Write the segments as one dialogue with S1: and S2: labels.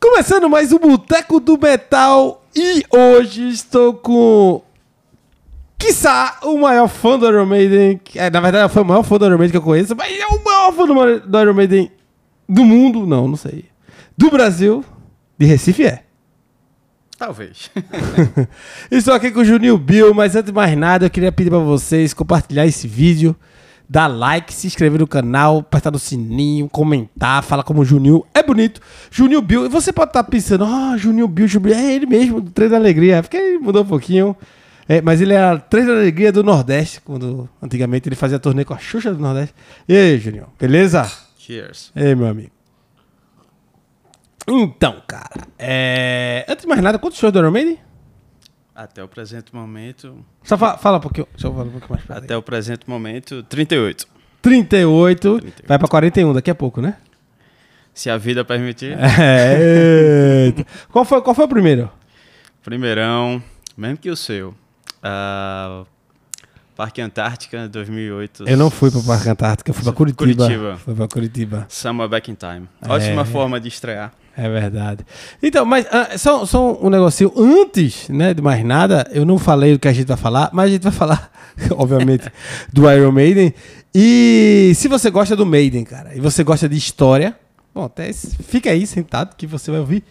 S1: Começando mais um Boteco do Metal e hoje estou com. Quiçá, o maior fã do Iron Maiden. que- É, na verdade, foi o maior fã do Iron Maiden que eu conheço, mas é o maior fã do, do Iron Maiden do mundo, não, não sei. Do Brasil, de Recife é.
S2: Talvez.
S1: Estou aqui com o Juninho Bill, mas antes de mais nada, eu queria pedir para vocês compartilhar esse vídeo, dar like, se inscrever no canal, apertar no sininho, comentar, falar como o Juninho é bonito. Juninho Bill, e você pode estar pensando, ah, Juninho Bill, Juninho Bill, é ele mesmo, do Trem da Alegria, porque ele mudou um pouquinho. É, mas ele era Trem da Alegria do Nordeste, quando antigamente ele fazia turnê com a Xuxa do Nordeste. E aí, Juninho, beleza?
S2: Cheers.
S1: Ei, meu amigo. Então, cara, é... antes de mais nada, quantos shows do Iron Maiden?
S2: Até o presente momento.
S1: Só fa- fala um pouquinho. Deixa eu falar um pouquinho mais pra
S2: Até o presente momento, 38.
S1: 38, Vai pra 41 daqui a pouco, né?
S2: Se a vida permitir.
S1: É. eita. qual, foi, qual foi o primeiro?
S2: Primeirão, mesmo que o seu. Ah, Parque Antártica 2008.
S1: Eu não fui pra Parque Antártica, eu fui pra Curitiba.
S2: Curitiba.
S1: Fui pra Curitiba.
S2: Summer Back in Time. Ótima forma de estrear.
S1: É verdade. Então, mas ah, só, só um negocinho. Antes né, de mais nada, eu não falei do que a gente vai falar, mas a gente vai falar, obviamente, do Iron Maiden. E se você gosta do Maiden, cara, e você gosta de história, bom, até esse- fica aí sentado que você vai ouvir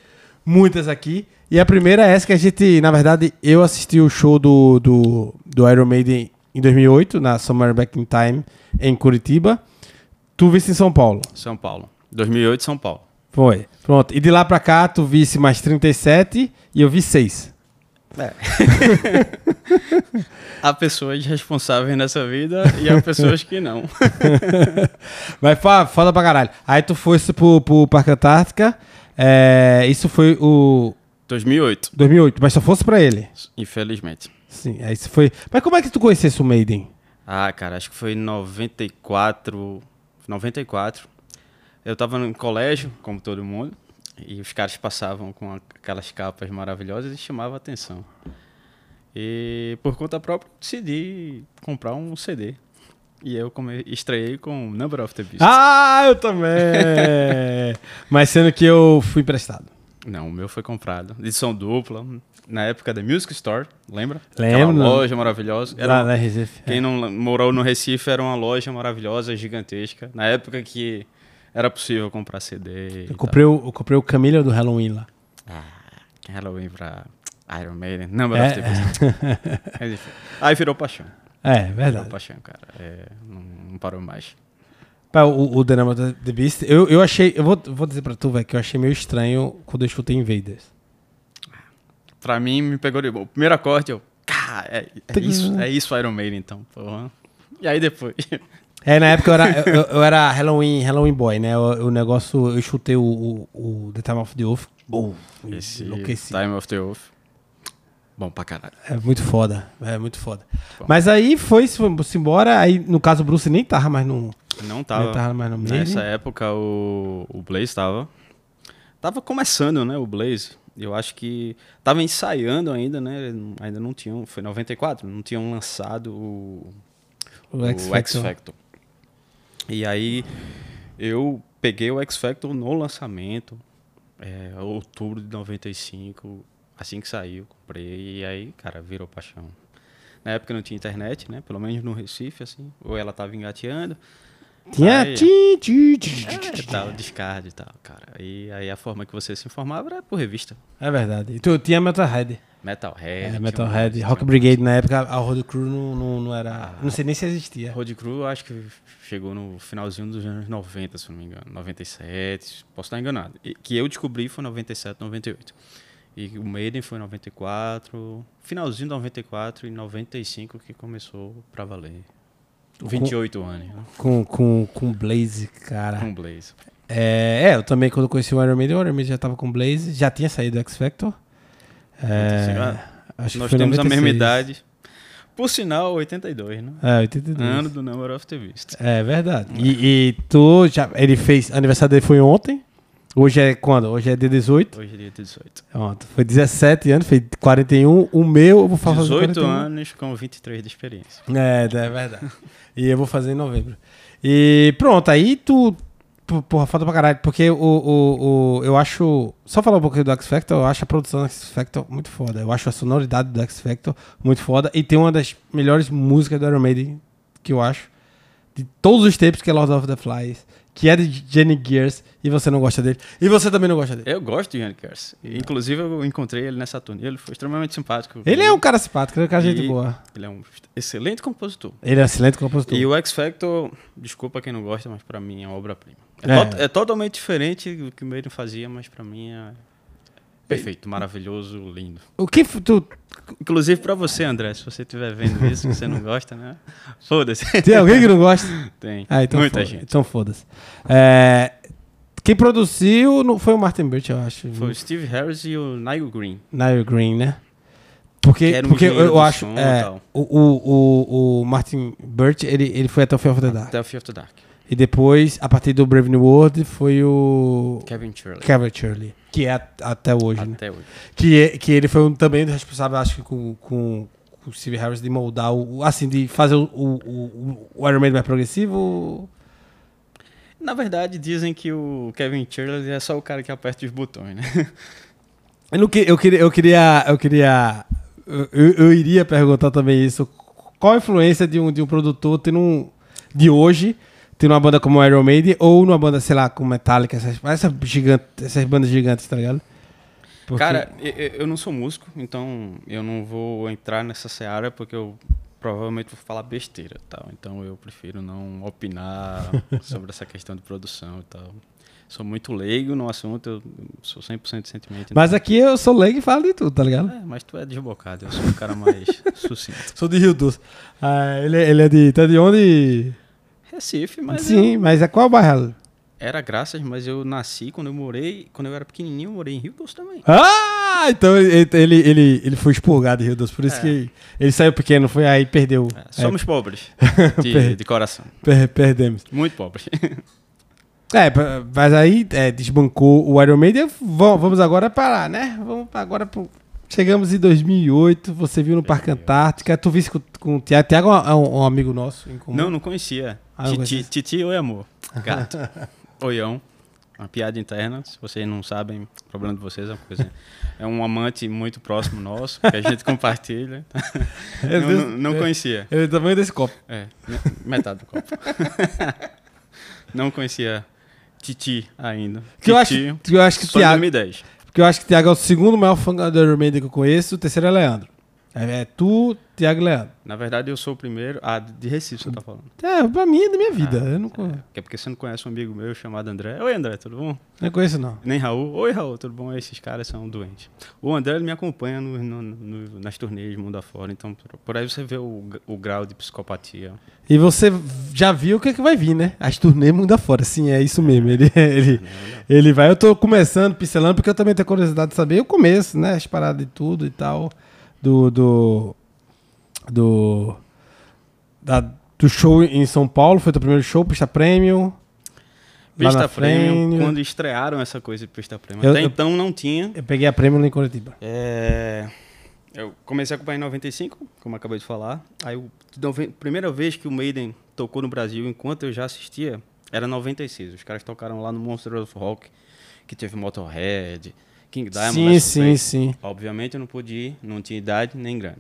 S1: muitas aqui. E a primeira é essa que a gente, na verdade, eu assisti o show do, do, do Iron Maiden em 2008, na Summer Back in Time, em Curitiba. Tu viste em São Paulo.
S2: São Paulo. 2008, São Paulo.
S1: Foi. Pronto. E de lá pra cá, tu visse mais 37 e eu vi 6.
S2: Há pessoas responsáveis nessa vida e há pessoas que não.
S1: Mas fa- foda pra caralho. Aí tu fosse pro, pro Parque Antártica. é, isso foi o
S2: 2008,
S1: 2008, mas só fosse pra ele.
S2: infelizmente.
S1: Sim, aí isso foi. Mas como é que tu conhecesse o Maiden?
S2: Ah, cara, acho que foi em 94. 94. Eu tava no colégio, como todo mundo, e os caras passavam com a- aquelas capas maravilhosas e chamava a atenção. E por conta própria, decidi comprar um CD. E eu come... estreiei com Number of the Beast.
S1: Ah, eu também! mas sendo que eu fui emprestado.
S2: Não, o meu foi comprado. Edição dupla, na época da Music Store, lembra?
S1: Lembro.
S2: Aquela loja maravilhosa. Era um
S1: Lá na Recife.
S2: Quem não morou no Recife era uma loja maravilhosa, gigantesca. Na época que era possível comprar CD. e
S1: Eu comprei, o, eu comprei o Camila do Halloween lá.
S2: tal. Ah, Halloween pra Iron Maiden. Number
S1: É.
S2: of the Beast. assim. Mas enfim. Aí virou paixão.
S1: É,
S2: Virou
S1: verdade.
S2: paixão, cara. É, não, não parou mais.
S1: Pá, o, o The Number of the Beast, eu, eu achei. Eu vou, vou dizer pra tu, velho, que eu achei meio estranho quando eu escutei Invaders.
S2: Pra mim, me pegou de boa. O primeiro acorde, eu. Cara, é, é
S1: um
S2: isso, é isso Iron Maiden, então. Porra. E aí depois.
S1: É, na época eu era, eu, eu- eu era Halloween, Halloween Boy, né? O, o negócio, eu chutei o, o, o The Time of the Wolf. Bom,
S2: Esse tá.
S1: enlouqueci.
S2: Time of the Wolf. Bom pra caralho.
S1: É muito foda, é muito foda.
S2: Bom.
S1: Mas aí foi, se foi se embora, aí no caso o Bruce nem tava mais no.
S2: Não tava.
S1: Nem tava mais no meio.
S2: Nessa época o, o Blaze tava. Tava começando, né? O Blaze. Eu acho que tava ensaiando ainda, né? Ainda não tinham. Foi 94, não tinham lançado o, o X, Factor. E aí eu peguei o X Factor no lançamento, é, outubro de 95, assim que saiu, comprei. E aí, cara, virou paixão. Na época não tinha internet, né? Pelo menos no Recife, assim. Ou ela tava engateando.
S1: Tinha.
S2: Aí-
S1: ti, ti, ti, ti,
S2: é,
S1: ti, ti.
S2: tal, descarte e tal, cara. E aí a forma que você se informava era por revista.
S1: É verdade. Então eu tinha Metalhead. É,
S2: Metalhead. um Ah.
S1: Metalhead. Rock Brigade na época, a Road Crew não, não, não era. Não sei nem se existia.
S2: Road Crew É, eu acho que chegou no finalzinho dos anos 90, se não me engano. 97, posso estar enganado. E, que eu descobri foi 97, 98. E o Maiden foi 94, finalzinho de 94 e 95 que começou pra valer. 28 anos, né?
S1: Com, com, com Blaze, cara.
S2: Com Blaze.
S1: É, é, eu também, quando eu conheci o Iron Maiden, o Iron Maiden já tava com o Blaze, já tinha saído do X Factor. É,
S2: 95, ah,
S1: acho
S2: Nós
S1: foi
S2: temos a mesma
S1: 96.
S2: idade. Por sinal, 82, né?
S1: É, 82.
S2: Ano do Number of the Beast.
S1: É verdade. E, e tu já. Ele fez. Aniversário dele foi ontem. Hoje é quando? Hoje é dia 18.
S2: Hoje é dia 18.
S1: Pronto, foi 17 anos, fez 41. O meu, eu vou fazer
S2: 18
S1: 41.
S2: anos com 23 de experiência.
S1: É, é verdade. e eu vou fazer em novembro. E pronto, aí tu. pô, porra, falta pra caralho. Porque o, o, o, eu acho. Só falar um pouquinho do X Factor, eu acho a produção do X Factor muito foda. Eu acho a sonoridade do X Factor muito foda. E tem uma das melhores músicas do Iron Maiden, que eu acho. De todos os tempos, que é Lord of the Flies. Que é de Jenny Gears. E você não gosta dele. E você também não gosta dele.
S2: Eu gosto de Yannick Kers. Inclusive, eu encontrei ele nessa turnê. Ele foi extremamente simpático.
S1: Ele é um cara simpático, ele é um cara de gente
S2: E
S1: boa.
S2: Ele é um excelente compositor.
S1: Ele é um excelente compositor.
S2: E o X Factor, desculpa quem não gosta, mas pra mim é obra-prima. É,
S1: É.
S2: to- é totalmente diferente do que o Maiden fazia, mas pra mim é perfeito, maravilhoso, lindo.
S1: O que f- tu.
S2: Inclusive pra você, André, se você estiver vendo isso, que você não gosta, né? Foda-se.
S1: Tem alguém que não gosta?
S2: Tem.
S1: Ah, então
S2: Muita
S1: foda-
S2: gente.
S1: Então foda-se. É, quem produziu no- foi o Martin Birch, eu acho.
S2: Foi o Steve Harris e o Nigel Green.
S1: Nigel Green, né? Porque,
S2: Que era um
S1: porque eu,
S2: engenheiro do
S1: acho.
S2: som e
S1: é,
S2: tal.
S1: o, o, o, o Martin Birch, ele, ele foi até o Fear of the Dark.
S2: Até o Fifth Dark.
S1: E depois, a partir do Brave New World, foi o.
S2: Kevin Shirley.
S1: Kevin Shirley. Que é at- até hoje, né?
S2: Até hoje.
S1: Que, é- que ele foi um, também responsável, acho que com, com, com o Steve Harris, de moldar o. o- Assim, de fazer o, o, o, o Iron Maiden mais progressivo.
S2: Na verdade, dizem que o Kevin Shirley é só o cara que aperta os botões, né?
S1: Eu, não, que- eu queria. Eu queria. Eu, queria eu, eu- eu iria perguntar também isso. Qual a influência de um, de um produtor tendo um, de hoje, tendo uma banda como o Iron Maiden, ou numa banda, sei lá, como Metallica, essas, essa gigante, essas bandas gigantes, tá ligado? Porque-
S2: Cara, e- e- eu não sou músico, então eu não vou entrar nessa seara porque eu provavelmente vou falar besteira, tal. Então eu prefiro não opinar sobre essa questão de produção e tal. Sou muito leigo no assunto, eu sou 100% sentimento.
S1: Mas aqui eu sou leigo e falo de tudo, tá ligado?
S2: É, mas tu é desbocado, eu sou um cara mais sucinto.
S1: Sou de Rio Doce. Ah, ele, ele é de. Tá de onde?
S2: Recife, mas eu-
S1: Sim, mas é qual bairro?
S2: era graças, mas eu nasci quando eu morei, quando eu era pequenininho, eu morei em Rio Doce também.
S1: Ah! Então ele, ele, ele, ele foi expurgado de Rio Doce, por isso
S2: É.
S1: que ele saiu pequeno, foi aí e perdeu.
S2: É, somos pobres,
S1: Per-
S2: de, de coração,
S1: É, per- perdemos.
S2: muito pobres.
S1: É, pa- mas aí é, desbancou o Iron Maiden. Vamos, vamos agora parar, né? Vamos pra- agora pro. Chegamos em 2008, você viu no Parque Antártica, tu viste com, com o Tiago. Tiago é um, um amigo nosso em comum.
S2: Não, não conhecia.
S1: Ah, não
S2: Titi,
S1: conhecia.
S2: Titi Oi Amor. Gato. Oião. Uma piada interna. Se vocês não sabem, problema de vocês é uma coisa. É um amante muito próximo nosso, que a gente compartilha.
S1: Ele,
S2: Não, não,
S1: não,
S2: não conhecia.
S1: ele é do tamanho desse copo.
S2: É, me- metade do copo. Não conhecia Titi ainda.
S1: Que eu acho,
S2: Titi,
S1: que eu acho que
S2: só em
S1: Tiago.
S2: 2010.
S1: Porque eu acho que o Thiago é o segundo maior fã do Iron Maiden que eu conheço, o terceiro é Leandro. É, é tu, Thiago e Leandro.
S2: Na verdade, eu sou o primeiro. Ah, de Recife você tá falando.
S1: É, pra mim é da minha vida. eu não, co-
S2: Que é porque você não conhece um amigo meu chamado André. Oi, André, tudo bom?
S1: não conheço, não.
S2: Nem Raul. Oi, Raul, tudo bom? Esses caras são doentes. O André ele me acompanha no- no- no- nas turnês mundo afora, então por, por aí você vê o, g- o grau de psicopatia.
S1: E você já viu o que, é que vai vir, né? As turnê mundo afora. Sim, é isso mesmo. Ele, ele,
S2: né?
S1: ele vai. Eu tô começando, pincelando, porque eu também tenho curiosidade de saber o começo, né? As paradas de tudo e tal. Do. Do. Do, da- do show em São Paulo. Foi teu primeiro show, pista prêmio. Lá na
S2: Pista Premium,
S1: frente.
S2: quando estrearam essa coisa de Pista Premium,
S1: Eu-
S2: até
S1: eu-
S2: então não tinha.
S1: Eu peguei a prêmio lá em Curitiba.
S2: É, eu comecei a acompanhar em 95, como eu acabei de falar. Aí, o, nove- primeira vez que o Maiden tocou no Brasil, enquanto eu já assistia, era 96. Os caras tocaram lá no Monsters of Rock, que teve Motorhead, King Diamond.
S1: Sim,
S2: Master
S1: sim,
S2: Fate.
S1: sim.
S2: Obviamente eu não pude ir, não tinha idade nem grana.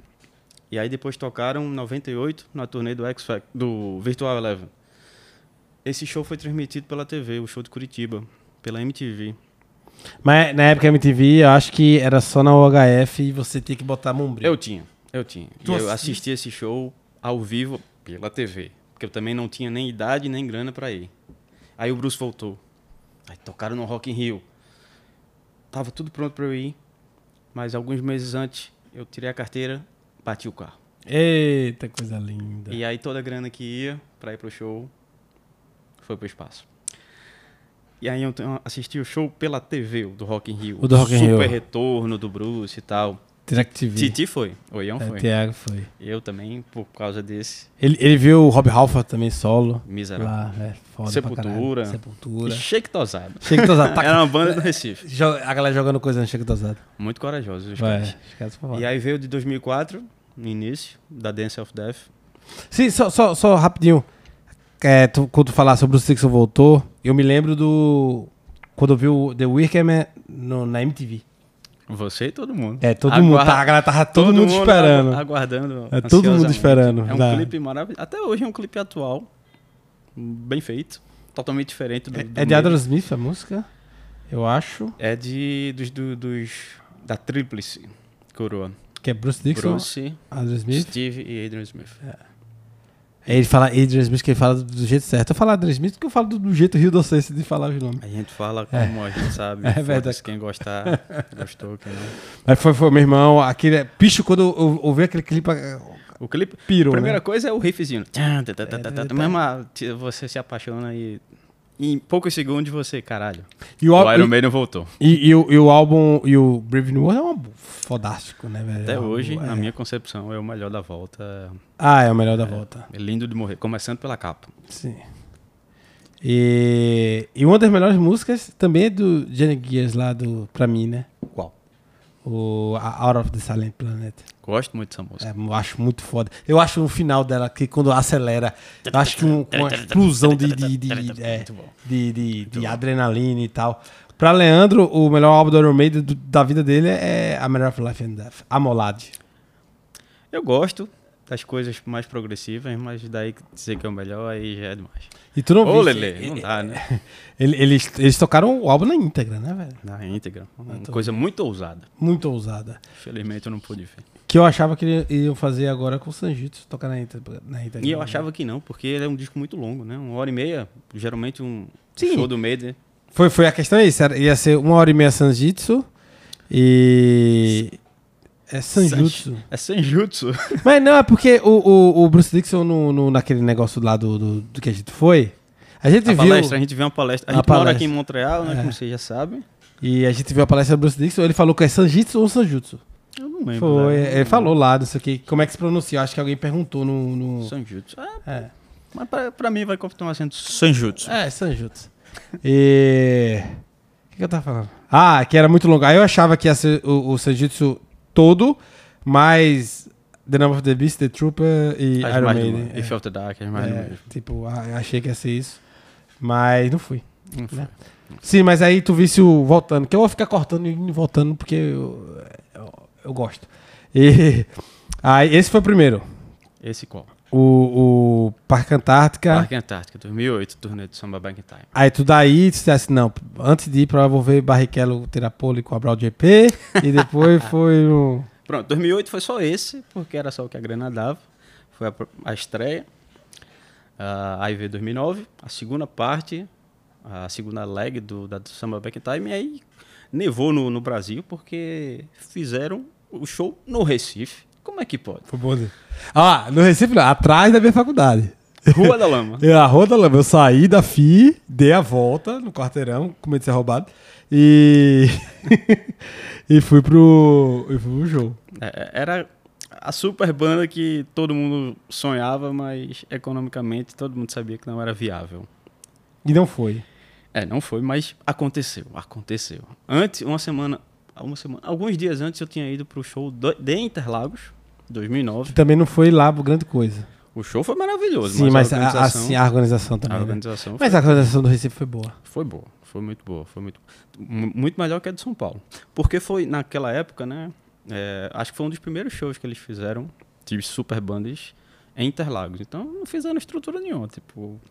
S2: E aí depois tocaram em 98 na turnê do X Factor, do Virtual Eleven. Esse show foi transmitido pela TV, o show de Curitiba, pela MTV.
S1: Mas na época MTV, eu acho que era só na UHF e você tinha que botar Mumbril.
S2: Eu tinha, eu tinha. E
S1: Tu assiste?
S2: eu assisti esse show ao vivo pela TV, porque eu também não tinha nem idade nem grana pra ir. Aí o Bruce voltou. Aí tocaram no Rock in Rio. Tava tudo pronto pra eu ir, mas alguns meses antes eu tirei a carteira, bati o carro.
S1: Eita, coisa linda.
S2: E aí toda a grana que ia pra ir pro show foi pro espaço. E aí eu te- eu assisti o show pela TV, o do Rock in Rio.
S1: O do Rock in
S2: Super
S1: Rio.
S2: retorno do Bruce e tal.
S1: Track TV.
S2: Titi foi, Oião
S1: É,
S2: foi.
S1: Thiago foi.
S2: Eu também, por causa desse
S1: Ele, ele viu o Rob Halford também solo.
S2: miserável.
S1: Lá, é foda
S2: Sepultura.
S1: pra caralho.
S2: E
S1: Sepultura.
S2: Shake tosado.
S1: Chega tosado. Tá,
S2: Era uma banda do Recife.
S1: jo- a galera jogando coisa no Chega tosado.
S2: Muito corajosos os
S1: Vai.
S2: caras.
S1: os caras são foda.
S2: E aí veio de 2004, no início, da Dance of Death.
S1: Sim, só, só, só rapidinho. é, tu, quando tu falar sobre o Sixon voltou, eu me lembro do. Quando eu vi o The Wickman no, na MTV.
S2: Você e todo mundo.
S1: É, todo mundo. Tá, a galera tava todo, mundo, esperando.
S2: agu- Aguardando.
S1: É, todo mundo
S2: ansiosamente.
S1: esperando,
S2: É um
S1: tá.
S2: clipe maravilhoso. Até hoje é um clipe atual. Bem feito. Totalmente diferente do. do
S1: é de
S2: meio.
S1: Aerosmith a música? Eu acho.
S2: É de. Dos, do- dos- da Tríplice Coroa.
S1: Que é Bruce Dixon, É.
S2: Bruce,
S1: Adrian Smith.
S2: Steve e Adrian Smith.
S1: Aí Ele fala Adrian Smith, que ele fala do- do jeito certo. Eu falo Adrian Smith porque eu falo do, do jeito Rio Docense de falar os nomes.
S2: A gente fala como a gente sabe.
S1: É
S2: Foda-se
S1: verdade.
S2: Quem gostar, gostou, quem não.
S1: Mas foi, foi, meu irmão, aquele. Bicho, quando eu- eu ouvi aquele clipe, eu-
S2: O clipe.
S1: pirou.
S2: primeira
S1: Né? é
S2: coisa é o riffzinho. Tchan, tá, tá, tá, tá, tá. Mesmo a- te- você se apaixona e. Em poucos segundos você, caralho.
S1: E o,
S2: O
S1: al-
S2: Iron Maiden voltou.
S1: e, e o, e o álbum e o Brave New World é um álbum fodástico, né, velho? É
S2: Até
S1: um álbum,
S2: hoje,
S1: é.
S2: na minha concepção, é o melhor da volta.
S1: Ah, é o melhor da volta.
S2: É lindo de morrer. Começando pela capa.
S1: Sim. E, e uma das melhores músicas também é do Johnny Gears lá do, pra mim, né?
S2: Qual?
S1: O A- Out of the Silent Planet.
S2: Gosto muito dessa música.
S1: É, eu acho muito foda. Eu acho o final dela que quando acelera, eu acho que um- uma explosão de, de, de, é,
S2: Muito bom.
S1: de, de, de adrenalina e tal. Pra Leandro, o melhor álbum do Iron Maiden do- da vida dele é A Matter of Life and Death, A Molade.
S2: Eu gosto das coisas mais progressivas, mas daí dizer que é o melhor aí já é demais.
S1: E é, tu não
S2: Ô,
S1: viste-
S2: Lele, não dá, né?
S1: Ele- eles, eles tocaram o álbum na íntegra, né, velho?
S2: Na íntegra. Uma coisa muito ousada.
S1: Muito ousada.
S2: Infelizmente eu não pude ver.
S1: Que eu achava que ele- iam fazer agora com o Sanjito, tocar na íntegra. Na íntegra
S2: E eu achava que não, porque ele é um disco muito longo, né? Uma hora e meia, geralmente um
S1: Sim.
S2: show do Maiden.
S1: Foi, foi a questão é isso. era- ia ser uma hora e meia Sanjitsu e. É Sanjutsu.
S2: É Senjutsu.
S1: Mas não, é porque o, o, o Bruce Dixon no, no- naquele negócio lá do, do, do que a gente foi. A gente
S2: A
S1: viu.
S2: palestra, a gente vê uma palestra. A
S1: Uma
S2: gente mora
S1: palestra. É.
S2: aqui em Montreal, né? Como vocês já sabem.
S1: E a gente viu a palestra do Bruce Dixon, ele falou que é Sanjitsu ou Sanjutsu.
S2: Eu não lembro.
S1: Foi,
S2: né?
S1: ele falou lá, não sei o que. Como é que se pronuncia? Acho que alguém perguntou no. no...
S2: Sanjutsu. Ah,
S1: É.
S2: mas pra, pra mim vai continuar sendo Sanjutsu.
S1: É, Sanjutsu. E. O que, que eu tava falando? Ah, que era muito longo. Aí eu achava que ia ser o, o Sanjutsu todo, mas. The Number of the Beast, The Trooper e
S2: As
S1: Iron
S2: mais do
S1: Maiden.
S2: mundo.
S1: É,
S2: If After Dark, as mais do
S1: é,
S2: mundo.
S1: tipo, ah, eu achei que ia ser isso. Mas não fui.
S2: Não foi.
S1: né? Sim, mas aí tu visse o voltando, que eu vou ficar cortando e indo e voltando porque eu, eu, eu gosto. E. Aí, esse foi o primeiro.
S2: Esse qual?
S1: O, o Parque Antártica.
S2: Parque Antártica, 2008, turnê do Samba Bank Time.
S1: Aí tu daí, tu disse assim, não, antes de ir pra lá, eu vou ver Barrichello Terapoli com a Brawl GP, e depois foi um o...
S2: Pronto, 2008 foi só esse, porque era só o que a grana dava. Foi a, pr- a estreia. Ah, aí veio 2009, a segunda parte, a segunda leg do, da do Samba Back in Time. E aí nevou no, no Brasil, porque fizeram o show no Recife. Como é que pode?
S1: Foi bom, né? Ah, no Recife não, atrás da minha faculdade.
S2: Rua da Lama.
S1: Eu, É, a Roda Lama, eu saí da FI, dei a volta no quarteirão, com medo de ser roubado, e... e fui pro... e fui pro jogo.
S2: É, era a super banda que todo mundo sonhava, mas economicamente todo mundo sabia que não era viável.
S1: E não foi.
S2: É, não foi, mas aconteceu, aconteceu. Antes, uma semana, uma semana, alguns dias antes eu tinha ido pro show do, de Interlagos,
S1: Que
S2: 2009.
S1: também não foi lá grande coisa.
S2: O show foi maravilhoso,
S1: Sim, mas,
S2: a
S1: a,
S2: organização,
S1: assim, a organização também,
S2: a
S1: né?
S2: organização
S1: Mas a organização do Recife foi boa.
S2: Foi boa, foi muito boa, foi muito mu- muito melhor que a de São Paulo, porque foi naquela época, né? é, acho que foi um dos primeiros shows que eles fizeram de super bandas em Interlagos. Então não fizeram estrutura nenhuma, tipo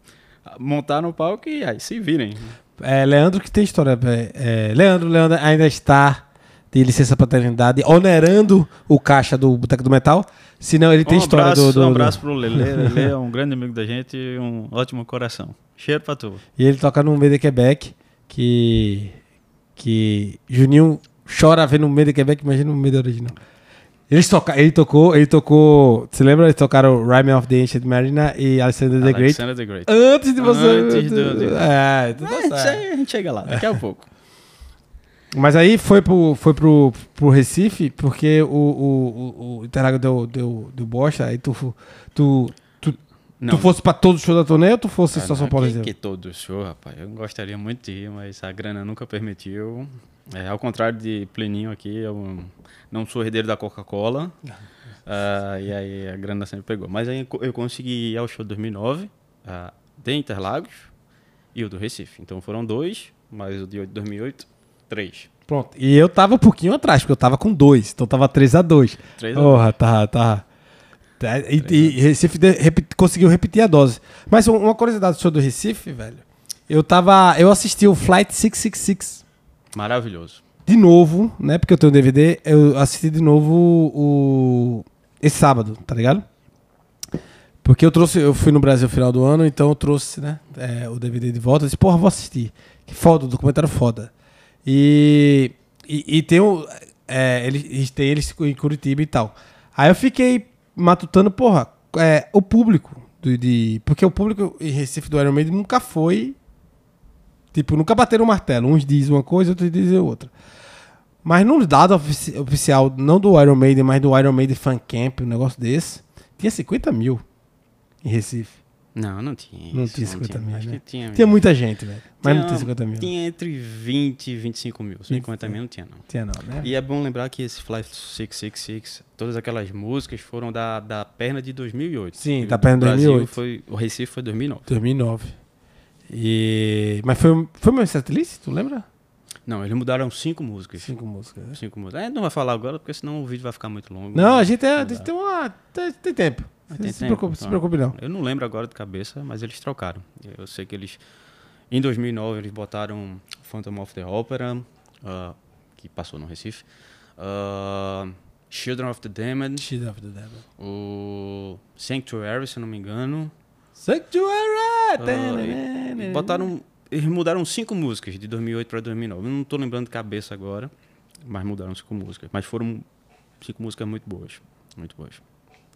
S2: montaram o palco e aí se virem.
S1: É, Leandro que tem história. É, é, Leandro, Leandro ainda está de licença paternidade, onerando o caixa do Boteco do Metal. Senão ele tem
S2: um
S1: história
S2: abraço,
S1: do, do-
S2: Um
S1: do-
S2: abraço pro Lele. Lele é um grande amigo da gente e um ótimo coração. Cheiro pra tu.
S1: E ele toca no meio de Quebec, que. que Juninho chora vendo o meio de Quebec, imagina o meio da original. Eles toca, ele tocou, ele tocou. Você lembra? Eles tocaram Rhyme of the Ancient Mariner e Alexander the Great.
S2: Alexander the Great.
S1: Antes de você.
S2: Antes do-
S1: É, tudo
S2: Ah, isso
S1: certo.
S2: aí a gente chega lá,
S1: É.
S2: daqui a pouco.
S1: Mas aí foi pro, foi pro, pro Recife, porque o, o, o, o Interlagos deu, deu, deu bosta, aí tu, fu- tu, tu fosse pra todo o show da turnê ou tu fosse
S2: Ah,
S1: só São Paulo? e
S2: que,
S1: Rio?
S2: que todo show, rapaz. Eu gostaria muito de ir, mas a grana nunca permitiu. É, ao contrário de Pleninho aqui, eu não sou herdeiro da Coca-Cola. Ah, e aí a grana sempre pegou. Mas aí eu co- eu consegui ir ao show 2009. ah, de Interlagos e o do Recife. Então foram dois, mais o de 2008, três.
S1: Pronto. E eu tava um pouquinho atrás, porque eu tava com dois. Então tava 3x2.
S2: Três a
S1: Porra, tá, tá. Tá, E, e Recife de- repi- conseguiu repetir a dose. Mas um- uma curiosidade sobre o Recife, velho. Eu tava. Eu assisti o Flight 666
S2: Maravilhoso.
S1: de novo, né? Porque eu tenho DVD. Eu assisti de novo o. Esse sábado, tá ligado? Porque eu trouxe, eu fui no Brasil no final do ano, então eu trouxe, né, é, o DVD de volta. Eu disse, porra, vou assistir. Que foda, o documentário é foda. E, e, e tem o. É, eles, eles têm eles em Curitiba e tal. Aí eu fiquei matutando, porra, é, o público. do- de, porque o público em Recife do Iron Maiden nunca foi. Tipo, nunca bateram o martelo. Uns dizem uma coisa, outros dizem outra. Mas num dado ofici- oficial, não do Iron Maiden, mas do Iron Maiden Fan Camp, um negócio desse, tinha 50 mil em Recife.
S2: Não, não tinha.
S1: Não
S2: isso,
S1: tinha 50 mil,
S2: Acho
S1: né?
S2: que tinha.
S1: Tinha
S2: mesmo.
S1: muita gente, velho. Mas não tinha 50 mil. é.
S2: Tinha entre 20 e 25 mil. 50 mil não tinha, não.
S1: Tinha não, né?
S2: E é bom lembrar que esse Flight 666, todas aquelas músicas foram da, da perna de 2008.
S1: Sim,
S2: E
S1: da
S2: o
S1: perna de
S2: Brasil
S1: 2008.
S2: Foi, o Recife foi 2009.
S1: 2009. E... Mas foi, foi meu setlist, tu lembra?
S2: Não, eles mudaram cinco músicas.
S1: Cinco músicas. né?
S2: Cinco músicas. A gente não vai falar agora, porque senão o vídeo vai ficar muito longo.
S1: Não, a gente, é, a
S2: dá.
S1: gente tem uma... Tem, tem tempo.
S2: Mas
S1: Não
S2: tem
S1: se,
S2: tempo,
S1: preocupe, se
S2: tá.
S1: preocupe não.
S2: Eu não lembro agora de cabeça, mas eles trocaram. Eu sei que eles... Em 2009, eles botaram Phantom of the Opera, ah, que passou no Recife. ah, Children of the Damned.
S1: Shit of the Devil.
S2: O Sanctuary, se eu não me engano.
S1: Sanctuary!
S2: Ah,
S1: Uhum.
S2: e- e botaram. Eles mudaram cinco músicas de 2008 para 2009. Eu não tô lembrando de cabeça agora, mas mudaram cinco músicas. Mas foram cinco músicas muito boas. Muito boas.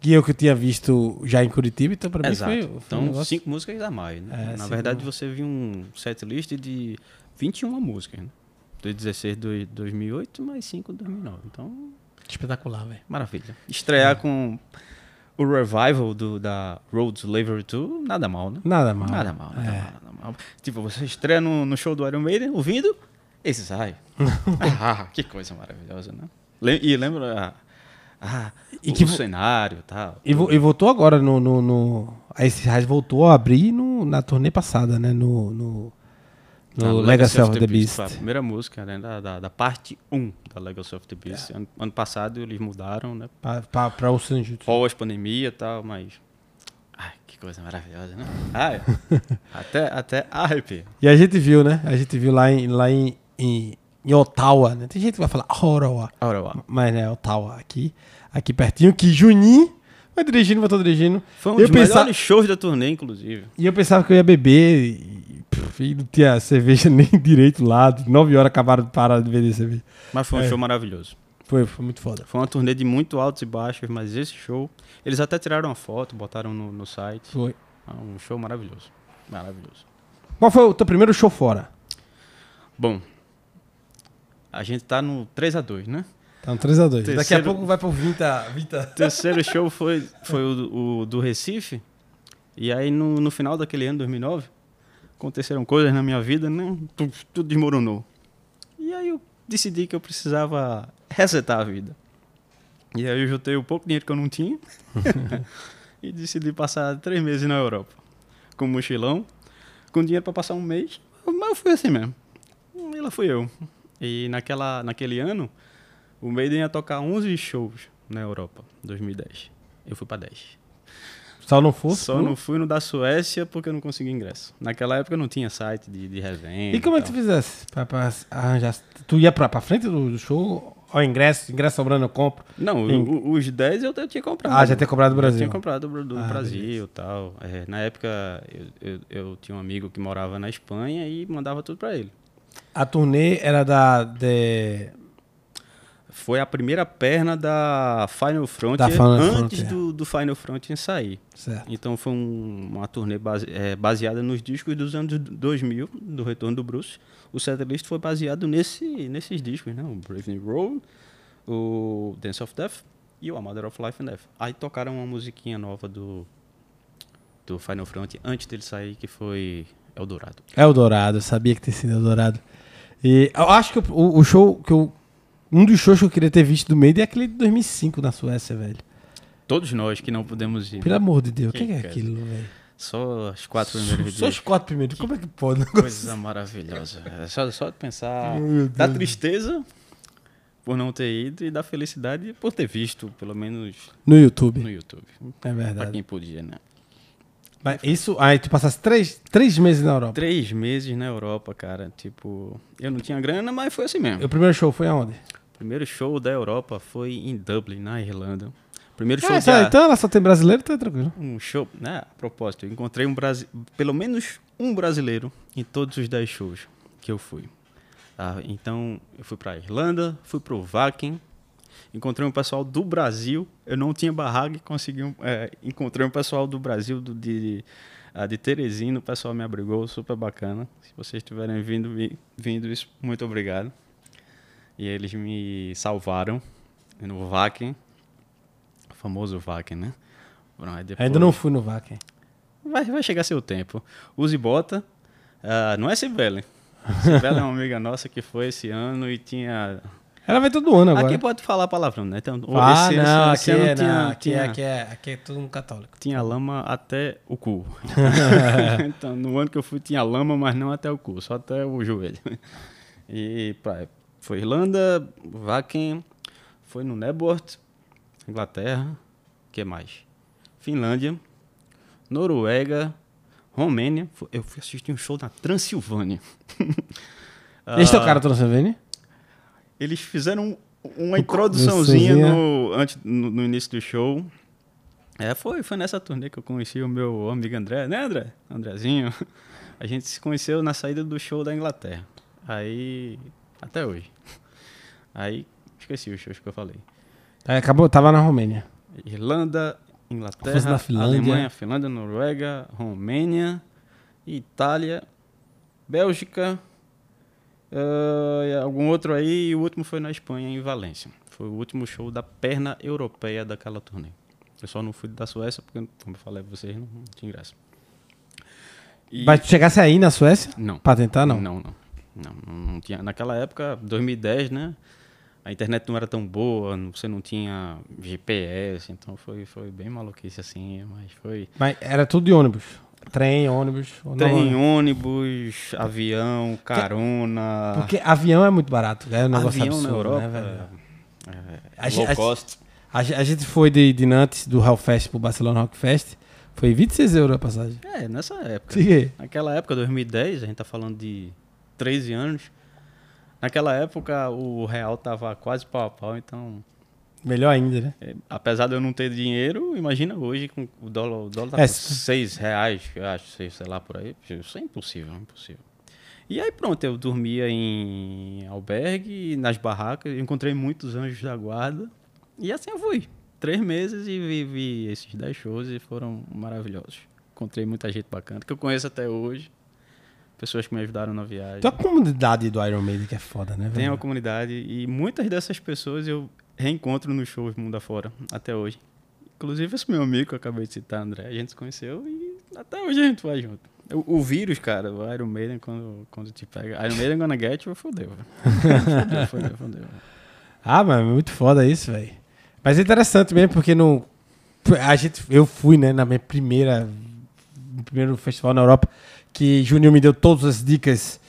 S1: Que eu que tinha visto já em Curitiba, então pra mim
S2: Exato.
S1: foi, foi
S2: então,
S1: um negócio...
S2: cinco músicas a mais. Né?
S1: É,
S2: Na
S1: cinco
S2: verdade, você viu um setlist de 21 músicas, né? De 16 de 2008, mais 5 de 2009. Então,
S1: Espetacular, velho.
S2: maravilha. Estrear
S1: É.
S2: com o revival do, da Road Slavery 2, nada mal, né?
S1: Nada mal.
S2: Nada mal, nada
S1: É.
S2: mal, nada mal. Tipo, você estreia no, no show do Iron Maiden ouvindo esses ai. ah, que coisa maravilhosa, né? Lem- e lembra ah,
S1: E
S2: e
S1: que
S2: que o
S1: vo-
S2: cenário e tal.
S1: E, vo- e voltou agora no. no, no a esse Rise voltou a abrir no- na turnê passada, né? No, no, no
S2: Na
S1: Legacy of the Beast.
S2: foi A primeira música né, da, da, da parte 1 da Legacy of the Beast.
S1: É.
S2: Ano, ano passado eles mudaram, né?
S1: Pra, pra, pra o Sanjutsu.
S2: Pós-pandemia e tal, mas... Ai, que coisa maravilhosa, né? Ai, até, até arrepio.
S1: E a gente viu, né? A gente viu lá em, lá em, em, em Ottawa, né? Tem gente que vai falar Ottawa.
S2: Ora, ó.
S1: Mas né, Ottawa aqui. Aqui pertinho, que Juninho. Vai dirigindo, vai tô dirigindo.
S2: Foi um
S1: E eu
S2: dos
S1: pensa-
S2: melhores shows da turnê, inclusive.
S1: E eu pensava que eu ia beber e, pff, e não tinha cerveja nem direito lá. Nove horas acabaram de parar de vender cerveja.
S2: Mas
S1: É.
S2: foi um show maravilhoso.
S1: Foi, foi muito foda.
S2: Foi uma turnê de muito altos e baixos, mas esse show, eles até tiraram uma foto, botaram no, no site.
S1: Foi.
S2: É Um show maravilhoso. Maravilhoso.
S1: Qual foi o teu primeiro show fora?
S2: Bom, a gente tá no 3x2, né?
S1: Tá um 3x2. Daqui a
S2: Terceiro-
S1: pouco vai pro 20. a- 20 a-
S2: O terceiro show foi, foi o, do- o do Recife. E aí, no, no final daquele ano, 2009, aconteceram coisas na minha vida, né? Tudo, tudo desmoronou. E aí eu decidi que eu precisava resetar a vida. E aí eu juntei o pouco dinheiro que eu não tinha e decidi passar três meses na Europa. Com um mochilão, com dinheiro para passar um mês. Mas eu fui assim mesmo. E lá fui eu. E naquela, naquele ano, o Maiden ia tocar 11 shows na Europa, 2010. Eu fui pra 10.
S1: Só não fosse?
S2: Só não fui no da Suécia porque eu não consegui ingresso. Naquela época não tinha site de, de revenda.
S1: E como é que tu
S2: tal.
S1: fizesse pra, pra arranjar? Tu ia pra, pra frente do, do show? Ó, ingresso, ingresso sobrando eu compro.
S2: Não,
S1: Em-
S2: o- o- os 10 eu, eu tinha comprado.
S1: Ah, já tinha comprado do
S2: Eu
S1: Brasil.
S2: tinha comprado do, do
S1: Ah,
S2: Brasil e tal. É, na época eu, eu, eu tinha um amigo que morava na Espanha e mandava tudo pra ele.
S1: A turnê era da. de-
S2: Foi a primeira perna da Final Front
S1: Da Final
S2: antes
S1: Frontier.
S2: do, do Final Front sair.
S1: Certo.
S2: Então foi um- uma turnê base- eh, baseada nos discos dos anos 2000, do retorno do Bruce. O setlist foi baseado nesse, nesses discos, né? O Brave New World, o Dance of Death e o A Mother of Life and Death. Aí tocaram uma musiquinha nova do, do Final Front antes dele sair, que foi Eldorado.
S1: Eldorado, É eu sabia que tinha sido Eldorado. E eu acho que o, o show que eu. Um dos shows que eu queria ter visto do meio é aquele de 2005 na Suécia, velho.
S2: Todos nós que não pudemos ir.
S1: Pelo amor de Deus, o
S2: Que
S1: que, que é
S2: coisa.
S1: aquilo, velho?
S2: Só as quatro primeiras
S1: Só os
S2: dias.
S1: quatro primeiros. Como é que pode? um negócio?
S2: Coisa maravilhosa. É só, só de pensar
S1: Meu
S2: da
S1: Deus.
S2: tristeza por não ter ido e da felicidade por ter visto, pelo menos
S1: No YouTube.
S2: no YouTube.
S1: É
S2: Pra
S1: verdade.
S2: quem podia, né?
S1: Mas isso, aí tu passasse três, três meses na Europa.
S2: Três meses na Europa, cara. Tipo, eu não tinha grana, mas foi assim mesmo.
S1: O primeiro show foi aonde?
S2: O primeiro show da Europa foi em Dublin, na Irlanda. Primeiro show
S1: Ah,
S2: de
S1: tá, então ela só tem brasileiro, tá tranquilo.
S2: um show, né? A propósito, eu encontrei um Brasi... pelo menos um brasileiro em todos os 10 shows que eu fui. Tá? Então, eu fui pra Irlanda, fui pro Vakin, encontrei um pessoal do Brasil. Eu não tinha barraca e consegui. Um, é, encontrei um pessoal do Brasil, do, de, ah, de Teresina. O pessoal me abrigou, super bacana. Se vocês estiverem vindo, vi- vindo isso, muito obrigado. E eles me salvaram no Vakin. O famoso Vakin, né? Pronto, aí
S1: Ainda
S2: depois-
S1: não fui no VAC. hein?
S2: Vai, vai chegar seu tempo. Use bota. Ah, não é Cibele. Cibele é uma amiga nossa que foi esse ano e tinha.
S1: Ela vai todo ano agora.
S2: Aqui pode falar palavrão, né? Então,
S1: ah,
S2: esse-
S1: não,
S2: esse
S1: aqui,
S2: ano
S1: é,
S2: tinha,
S1: não, aqui,
S2: tinha,
S1: é, aqui é, aqui é todo mundo católico.
S2: tinha lama até o cu. então, no ano que eu fui, tinha lama, mas não até o cu, só até o joelho. E pra, foi Irlanda, Vakin, foi no Nebort, Inglaterra, que mais? Finlândia, Noruega, Romênia. Fu- Eu fui assistir um show na Transilvânia. Ah,
S1: Eles tocaram Transylvania?
S2: eles fizeram uma
S1: Um- é.
S2: introduçãozinha
S1: introduçãozinha.
S2: no, antes, no, no início do show. É, foi, foi nessa turnê que eu conheci o meu amigo André, né, André? Andrezinho. A gente se conheceu na saída do show da Inglaterra. Aí. Até hoje. Aí. Esqueci os shows que eu falei.
S1: Aí Acabou, tava na Romênia.
S2: Irlanda,
S1: Fosse na
S2: Inglaterra,
S1: Finlândia.
S2: Alemanha, Finlândia, Noruega, Romênia, Itália, Bélgica, ah, e algum outro aí, e o último foi na Espanha, em Valência. Foi o último show da perna europeia daquela turnê. Eu só não fui da Suécia, porque, como eu falei pra vocês, não, não tinha graça. E-
S1: Mas tu chegasse aí na Suécia?
S2: Não.
S1: Pra tentar, não?
S2: Ah, Não, não. Não, não- não tinha. Naquela época, 2010, né? A internet não era tão boa, não- você não tinha GPS, então foi, foi bem maluquice assim, mas foi.
S1: Mas era tudo de ônibus. Trem, ônibus. ou não né?
S2: Trem, um
S1: ônibus.
S2: ônibus, avião, carona.
S1: Porque avião é muito barato, é um negócio
S2: avião
S1: absurdo,
S2: na Europa.
S1: né, velho?
S2: é,
S1: A
S2: low
S1: gente- a
S2: cost.
S1: A, ge- a gente foi de, de Nantes, do Hellfest pro Barcelona Rock Fest. Foi 26 euros a passagem.
S2: É, nessa época.
S1: Sim.
S2: Naquela época, 2010, a gente tá falando de 13 anos. Naquela época o real tava quase pau a pau, então
S1: Melhor ainda, né?
S2: É, apesar de eu não ter dinheiro, imagina hoje com o dólar, o dólar tá
S1: É,
S2: com
S1: se-
S2: 6 reais, eu acho, sei, sei lá, por aí. Isso é impossível, é impossível. E aí pronto, eu dormia em albergue, nas barracas, encontrei muitos anjos da guarda. E assim eu fui. Três meses e vivi esses 10 shows e foram maravilhosos. Encontrei muita gente bacana, que eu conheço até hoje. Pessoas que me ajudaram na viagem.
S1: Então a comunidade do Iron Maiden que é foda, né,
S2: Tem uma
S1: velho?
S2: comunidade e muitas dessas pessoas eu reencontro nos shows mundo afora, até hoje. Inclusive esse meu amigo que eu acabei de citar, André, a gente se conheceu e até hoje a gente vai junto. O, o vírus, cara, o Iron Maiden, quando, quando te pega... Iron Maiden gonna get you, fodeu. velho. fodeu, fodeu, fodeu.
S1: Ah, mas é muito foda isso, velho. Mas é interessante mesmo, porque no, a gente, eu fui, né, na minha primeira no primeiro festival na Europa, que Juninho me deu todas as dicas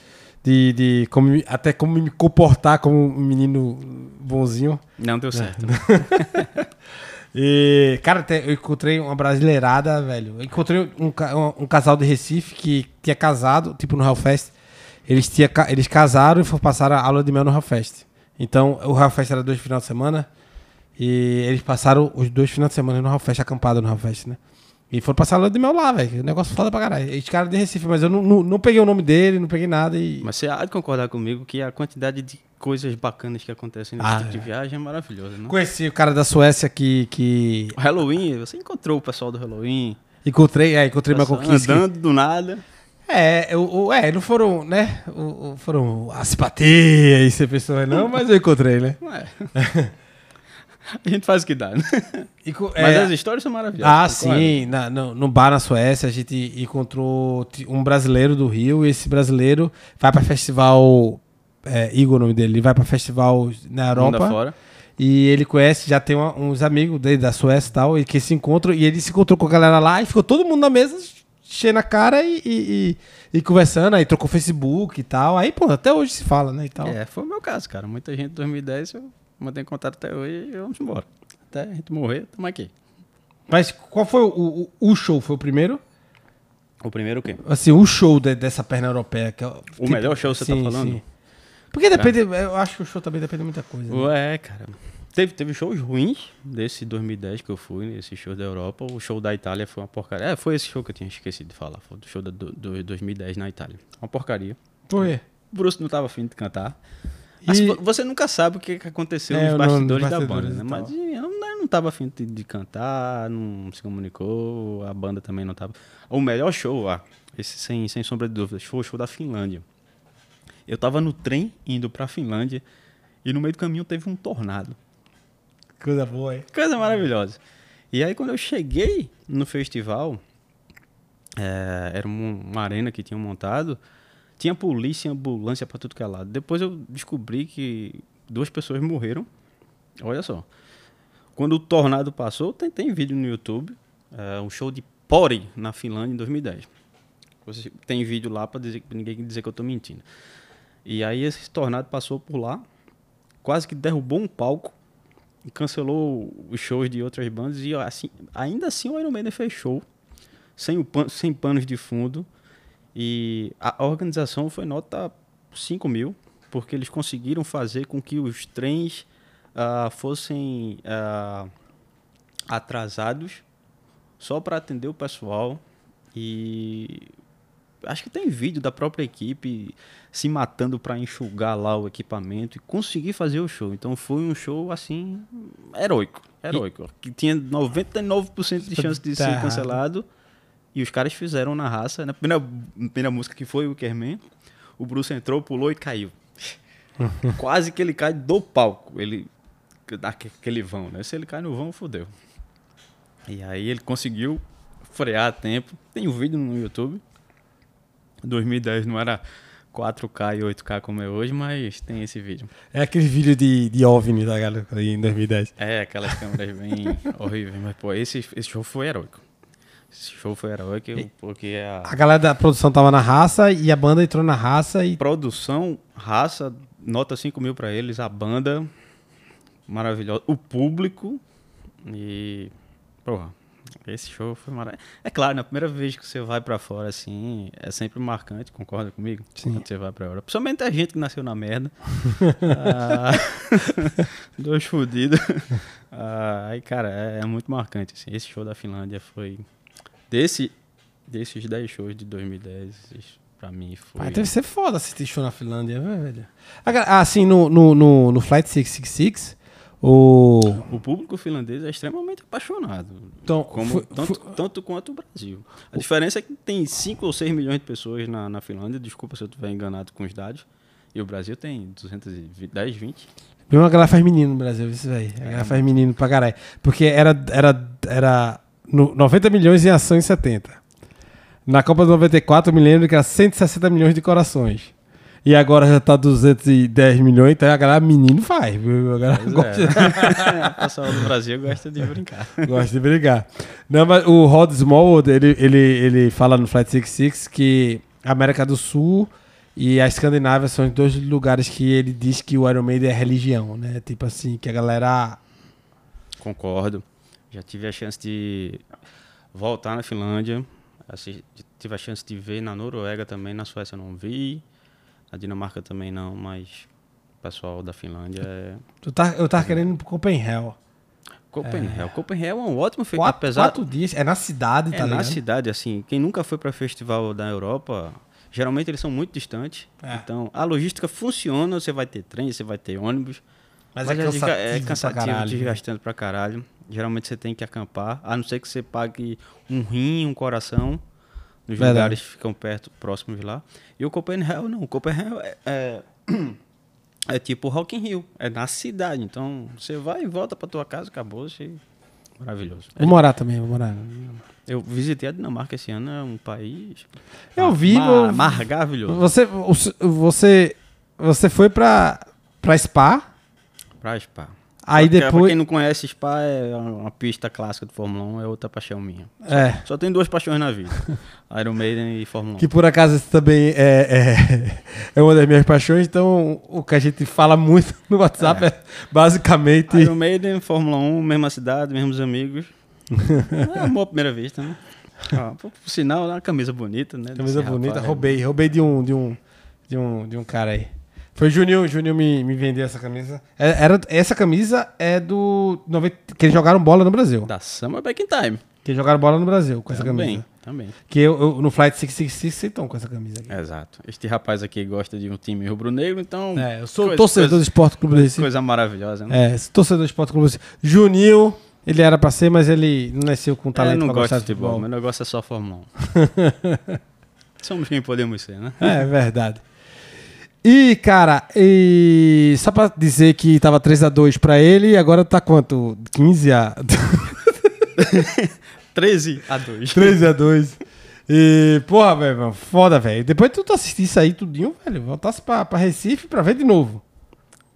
S1: de, de como, me- até como me comportar como um menino bonzinho.
S2: Não deu certo.
S1: É, E, cara, até eu encontrei uma brasileirada, velho. Eu encontrei um, ca- um- um casal de Recife que tinha casado, tipo no Hellfest. Eles, tinha, ca- eles casaram e foram passar a aula de mel no Hellfest. Então, o Hellfest era dois finais de semana. E eles passaram os dois finais de semana no Hellfest, acampado no Hellfest, né? E foram passar a aula de mel lá, velho. Negócio foda pra caralho. Esse cara é de Recife, mas eu não, não, não peguei o nome dele, não peguei nada e...
S2: Mas você há de concordar comigo que a quantidade de coisas bacanas que acontecem nesse
S1: Ah,
S2: tipo de
S1: é.
S2: viagem é maravilhosa, né?
S1: Conheci o cara da Suécia que... que...
S2: O Halloween, você encontrou o pessoal do Halloween,
S1: Encontrei, é, encontrei uma
S2: pessoal
S1: conquista.
S2: andando do nada.
S1: É, o, o- é, não foram, né? O, o- foram as pateias, você pensou, não, mas eu encontrei, né?
S2: Ué. é. a gente faz o que dá, né?
S1: E co-
S2: Mas
S1: é,
S2: as histórias são maravilhosas.
S1: ah,
S2: concorda?
S1: sim, na- no, no bar na Suécia a gente encontrou ti- um brasileiro do Rio e esse brasileiro vai pra festival, é, Igor o nome dele, ele vai pra festival na
S2: Mundo
S1: Europa.
S2: afora.
S1: E ele conhece, já tem uma- uns amigos dele da Suécia e tal, e que se encontram, e ele se encontrou com a galera lá e ficou todo mundo na mesa cheio na cara e, e, e, e conversando, aí trocou Facebook e tal. Aí, pô, até hoje se fala, né? E tal.
S2: É, foi o meu caso, cara. Muita gente em 2010, eu mantenho contato até hoje e vamos embora. Até a gente morrer, tamo aqui.
S1: Mas qual foi o, o, o show? Foi o primeiro?
S2: O primeiro o quê?
S1: Assim, o show de- dessa perna europeia. Que, é o
S2: O melhor show você tá falando? Ah.
S1: Porque depende, eu acho que o show também depende de muita coisa. né?
S2: Ué, cara. Teve, teve shows ruins desse 2010 que eu fui, nesse show da Europa. O show da Itália foi uma porcaria. É, foi esse show que eu tinha esquecido de falar. Foi do show da, do, do 2010 na Itália. Uma porcaria.
S1: Foi.
S2: O Bruce não tava afim de cantar.
S1: E-
S2: Mas vo- você nunca sabe o que que aconteceu
S1: É,
S2: nos
S1: no-
S2: bastidores,
S1: nos
S2: da banda,
S1: bastidores
S2: né?
S1: e
S2: Mas e, eu não, eu não tava afim de, de cantar, não se comunicou, a banda também não tava. O melhor show, ah, esse sem, sem sombra de dúvidas, foi o show da Finlândia. Eu tava no trem indo pra Finlândia e no meio do caminho teve um tornado.
S1: Coisa boa, hein?
S2: Coisa maravilhosa. E aí, quando eu cheguei no festival, é, era um- uma arena que tinham montado, tinha polícia, ambulância pra tudo que é lado. Depois eu descobri que duas pessoas morreram. Olha só. Quando o tornado passou, tem, tem vídeo no YouTube, é, um show de Pori na Finlândia em 2010. Você tem vídeo lá pra dizer- pra ninguém dizer que eu tô mentindo. E aí esse tornado passou por lá, quase que derrubou um palco e cancelou os shows de outras bandas e ó, assim, ainda assim o Iron Maiden fez show sem, o pan- sem panos de fundo e a organização foi nota 5 mil porque eles conseguiram fazer com que os trens ah, fossem ah, atrasados só para atender o pessoal e acho que tem vídeo da própria equipe se matando para enxugar lá o equipamento e conseguir fazer o show. Então foi um show assim heróico, heróico, que tinha 99% de chance de
S1: Tá
S2: ser
S1: errado.
S2: cancelado e os caras fizeram na raça. Na primeira, primeira música que foi o Kerman, o Bruce entrou, pulou e caiu. Quase que ele cai do palco, ele daquele vão, né? Se ele cai no vão, fodeu. E aí ele conseguiu frear a tempo. Tem um vídeo no YouTube. 2010 não era 4K e 8K como é hoje, mas tem esse vídeo.
S1: É aquele vídeo de, de OVNI da galera aí em 2010.
S2: É, aquelas câmeras bem horríveis, mas pô, esse, esse show foi heróico. Esse show foi heróico porque a
S1: A galera da produção tava na raça e a banda entrou na raça e.
S2: produção, raça, nota 5 mil pra eles, a banda, maravilhosa, o público e. Porra, esse show foi maravilhoso. É claro, na primeira vez que você vai pra fora assim, é sempre marcante, concorda comigo?
S1: Sim.
S2: Quando você vai pra Europa. Principalmente a gente que nasceu na merda. Ah, dois fudidos. Ah, aí, cara, é, é muito marcante. assim. Esse show da Finlândia foi. Desse, desses 10 shows de 2010, esse, pra mim foi.
S1: Mas deve ser foda assistir show na Finlândia, né, velho. A gal- Ah, assim, no, no, no, no Flight 666, o.
S2: O público finlandês é extremamente apaixonado.
S1: Então,
S2: Como,
S1: foi-
S2: tanto, tanto quanto o Brasil. A diferença é que tem 5 ou 6 milhões de pessoas na, na Finlândia, desculpa se eu estiver enganado com os dados, e o Brasil tem 210, 20.
S1: Mesmo a galera faz menino no Brasil, isso aí.
S2: É,
S1: A galera faz menino pra caralho. Porque era, era, era no- 90 milhões em ação em 70. Na Copa de 94, eu me lembro que era 160 milhões de corações. E agora já tá 210 milhões, então a galera menino faz. viu? A galera
S2: Pois
S1: gosta,
S2: é. o pessoal do Brasil gosta de brincar.
S1: gosta de brigar. Não, mas o Rod Smallwood, ele, ele, ele fala no Flight 66 que a América do Sul e a Escandinávia são os dois lugares que ele diz que o Iron Maiden é religião, né? Tipo assim, que a galera
S2: Concordo. Já tive a chance de voltar na Finlândia. assi- Tive a chance de ver na Noruega também, na Suécia eu não vi. Na Dinamarca também não, mas o pessoal da Finlândia é.
S1: Tu tá, eu tava querendo ir pro Copenhague.
S2: Copenhague. Copenhague é um ótimo festival.
S1: Quatro,
S2: apesar...
S1: quatro dias. É na cidade,
S2: É,
S1: tá
S2: na
S1: ligado?
S2: cidade, assim, quem nunca foi para festival da Europa, geralmente eles são muito distantes.
S1: É.
S2: Então, a logística funciona, você vai ter trem, você vai ter ônibus.
S1: Mas é
S2: a dica-
S1: cansativo pra caralho, né?
S2: desgastante pra caralho. Geralmente você tem que acampar, a não ser que você pague um rim, um coração, nos
S1: Verdade.
S2: lugares que ficam perto, próximos lá. E o Copenhague não, o Copenhague é, é, é tipo Rock in Rio, é na cidade. Então, você vai e volta pra tua casa, acabou, você... Maravilhoso.
S1: Vou morar também, vou morar.
S2: Eu visitei a Dinamarca esse ano, é um país.
S1: Eu vi, eu-
S2: Maravilhoso.
S1: Você, você, você foi pra, pra Spa,
S2: Pra Spa.
S1: Aí
S2: Pra- Pra
S1: depois.
S2: quem não conhece, Spa é uma pista clássica do Fórmula 1, é outra paixão minha.
S1: É.
S2: Só tem duas paixões na vida: Iron Maiden e Fórmula 1.
S1: Que por acaso isso também é, é, é uma das minhas paixões, então o que a gente fala muito no WhatsApp é, basicamente.
S2: Iron Maiden, Fórmula 1, mesma cidade, mesmos amigos. é amor à primeira vista, né? Ah, por, por sinal, é uma camisa bonita, né?
S1: Camisa
S2: Desse
S1: bonita,
S2: rapaz, né?
S1: roubei, roubei de um, de um, de um, de um cara aí. Foi o Juninho, o Juninho me, me vendeu essa camisa. É- Era, essa camisa é do 90, que eles jogaram bola no Brasil.
S2: é, Da Summer Back in Time.
S1: Que eles jogaram bola no Brasil com essa
S2: Tá. também,
S1: camisa.
S2: também.
S1: Que eu, eu- no Flight 666 vocês estão com essa camisa aqui.
S2: Exato. Este rapaz aqui gosta de um time rubro-negro, então.
S1: É, eu sou
S2: coisa-
S1: torcedor do
S2: coisa,
S1: Esporte Clube do Recife.
S2: coisa maravilhosa, né?
S1: É, sou torcedor do Esporte Clube do Recife. Juninho, ele era pra ser, mas ele não nasceu com um
S2: Eu
S1: talento
S2: não
S1: pra
S2: gosto
S1: gostar
S2: de futebol, meu negócio é só Fórmula 1. Somos quem podemos ser, né?
S1: É verdade. E, cara, e só pra dizer que tava 3x2 pra ele e agora tá quanto? 15 a
S2: 13 a 2.
S1: 3x2. E, porra, velho, foda, velho. Depois tu assistir isso aí tudinho, velho, voltasse pra, pra Recife pra ver de novo.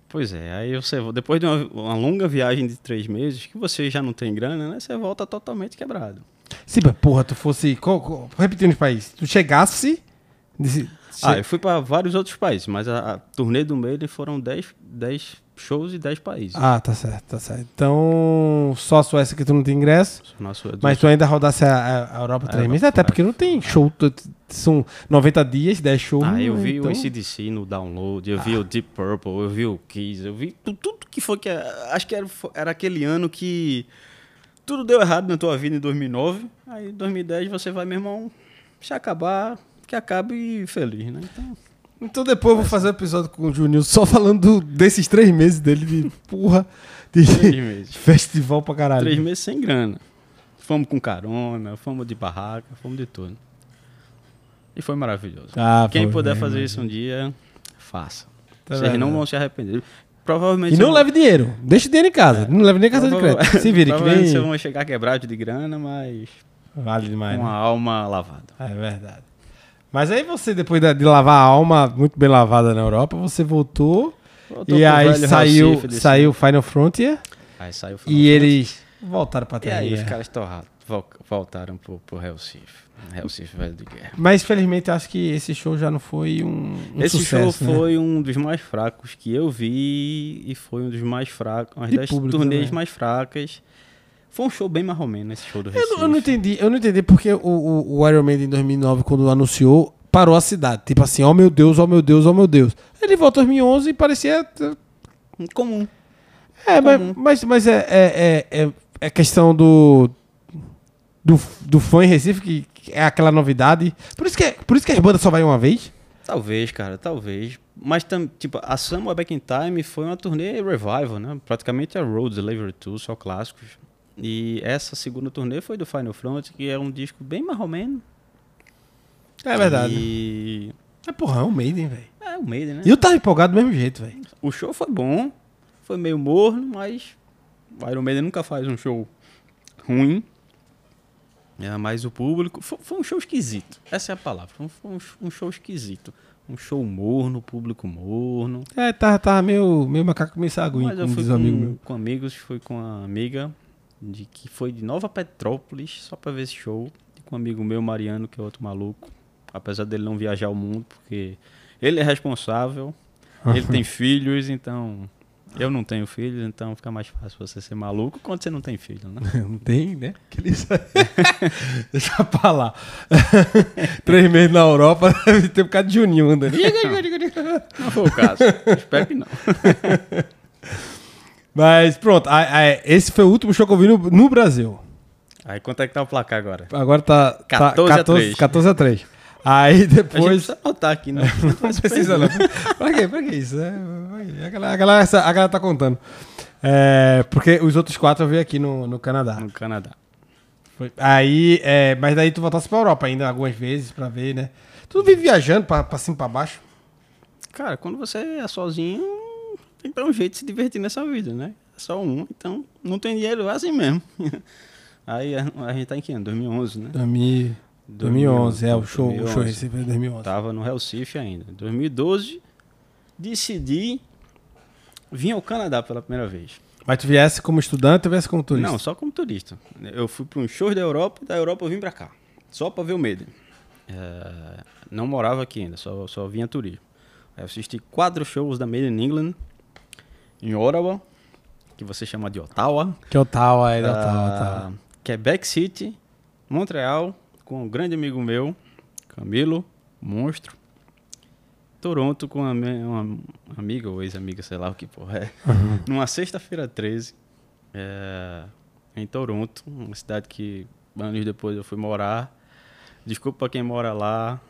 S2: Pois é, aí você, depois de uma, uma longa viagem de três meses, que você já não tem grana, né? Você volta totalmente quebrado.
S1: Se, mas, porra, tu fosse. co- co- repetindo os países, tu chegasse. disse-
S2: Ah, eu fui para vários outros países, mas a, a turnê do meio foram 10, 10 shows e 10 países.
S1: Ah, tá certo, tá certo. Então, só a Suécia que tu não tem ingresso.
S2: Nosso, é
S1: Mas tu ainda rodasse a, a- a Europa três meses? Até porque não tem show. tu- São 90 dias, 10 shows.
S2: Ah, eu
S1: né?
S2: vi
S1: Então- Ah.
S2: o ACDC no download, eu vi o Deep Purple, eu vi o Kiss, eu vi tu- tudo que foi que. é- Acho que era, fo- era aquele ano que tudo deu errado na tua vida em 2009. Aí em 2010 você vai, meu irmão, se acabar, que acabe feliz, né? Então,
S1: Então depois eu vou fazer um episódio com o Juninho só falando do- desses três meses dele de porra de
S2: três meses.
S1: festival pra caralho.
S2: Três meses sem grana. Fomos com carona, fomos de barraca, fomos de tudo. E foi maravilhoso.
S1: Ah,
S2: Quem
S1: foi,
S2: puder
S1: né?
S2: fazer isso um dia, faça.
S1: Tá
S2: Vocês
S1: vendo?
S2: não vão se arrepender. Provavelmente.
S1: E não
S2: eu- É.
S1: leve dinheiro. Deixa o dinheiro em casa. Não leve nem cartão de
S2: Prova-
S1: crédito. Se vire, que
S2: Provavelmente
S1: nem.
S2: Vocês vão chegar quebrado de grana, mas
S1: Vale demais.
S2: com a
S1: né?
S2: alma lavada.
S1: É verdade. Mas aí você, depois da- de lavar a alma, muito bem lavada na Europa, você voltou.
S2: Voltou
S1: e
S2: pro
S1: aí
S2: velho
S1: saiu
S2: Recife desse-
S1: saiu Final Frontier.
S2: Aí saiu o final.
S1: E é. eles voltaram pra
S2: E
S1: terra.
S2: aí os caras torraram, vol- voltaram pro, pro Hellsif. Hellsif velho de guerra.
S1: Mas felizmente eu acho que esse show já não foi um, um
S2: Esse
S1: sucesso,
S2: show
S1: né?
S2: foi um dos mais fracos que eu vi e foi um dos mais fracos, uma
S1: De
S2: das
S1: público
S2: turnês
S1: também.
S2: mais fracas. Foi um show bem marromeno esse show do Recife.
S1: Eu, não- eu não entendi, eu não entendi porque o, o, o Iron Maiden em 2009 quando anunciou parou a cidade, tipo assim, oh meu Deus, oh meu Deus, oh meu Deus. Ele volta em 2011 e parecia
S2: Comum.
S1: é, mas,
S2: Comum.
S1: mas mas é é, é, é- é questão do do, do fã em Recife que que é aquela novidade. Por isso que é- por isso que as bandas só vai uma vez.
S2: Talvez, cara, talvez. Mas, tam, tipo, a Summer Back in Time foi uma turnê revival, né? Praticamente a Road Delivery 2, só clássicos. E essa segunda turnê foi do Final Front, que é um disco bem marromeno.
S1: É verdade.
S2: E...
S1: É porra, é um Maiden, velho.
S2: É o Maiden, né?
S1: E eu tava empolgado do mesmo jeito, velho.
S2: O show foi bom, foi meio morno, mas o Iron Maiden nunca faz um show ruim. É, mas o público. Foi, foi um show esquisito. Essa é a palavra. Foi um- Foi um, sh- um show esquisito. Um show morno, público morno.
S1: É, tava, tava meio, meio macaco meio saguinho,
S2: mas eu
S1: como
S2: fui
S1: diz um
S2: com,
S1: amigo meu.
S2: com amigos, fui com uma amiga de que foi de Nova Petrópolis só pra ver esse show. E com um amigo meu, Mariano, que é outro maluco. Apesar dele não viajar o mundo, porque ele é responsável, ele tem filhos, então. Eu não tenho filhos, então fica mais fácil você ser maluco quando você não tem filho, né?
S1: Não tem, né? Que ele sai- Deixa pra lá. Três meses na Europa, deve ter um bocado de Juninho andando.
S2: Não foi o caso. Espero que não.
S1: Mas pronto, a- a- esse foi o último show que eu vi no, no Brasil.
S2: Aí quanto é que tá o placar agora?
S1: Agora tá, tá
S2: 14 a 3.
S1: 14 a 3. Aí
S2: A gente
S1: depois.
S2: precisa botar aqui, né?
S1: Não precisa, não. pra quê? Pra que isso? né? Pra quê? A galera, a galera- essa- a galera tá contando. É, porque os outros quatro eu vi aqui no, no Canadá.
S2: No Canadá.
S1: Foi- Aí, é, mas daí tu voltasse pra Europa ainda algumas vezes pra ver, né? Tu vive viajando pra, pra cima e pra baixo.
S2: Cara, quando você é sozinho, tem que dar um jeito de se divertir nessa vida, né? É só um, então não tem dinheiro, é assim mesmo. Aí a, a gente tá em que ano? 2011, né?
S1: 2000, 2011, é, o show, o show
S2: 2011.
S1: Recife é
S2: tá.
S1: 2011.
S2: Tava no Recife ainda. Em 2012, decidi vim ao Canadá pela primeira vez.
S1: Mas tu viesse como estudante ou viesse como turista?
S2: Não, só como turista. Eu fui para um show da Europa e da Europa eu vim para cá. Só para ver o Maiden. É, não morava aqui ainda, só, só vinha turismo. Aí eu assisti quatro shows da Maiden in England, em Ottawa, que você chama de Ottawa,
S1: Que Ottawa é da
S2: ah,
S1: Ottawa, Ottawa.
S2: Quebec City, Montreal, com um grande amigo meu, Camilo, monstro. Toronto com uma, me- uma amiga ou ex-amiga, sei lá o que porra é. Numa sexta-feira 13, é, em Toronto, uma cidade que anos depois eu fui morar. Desculpa pra quem mora lá,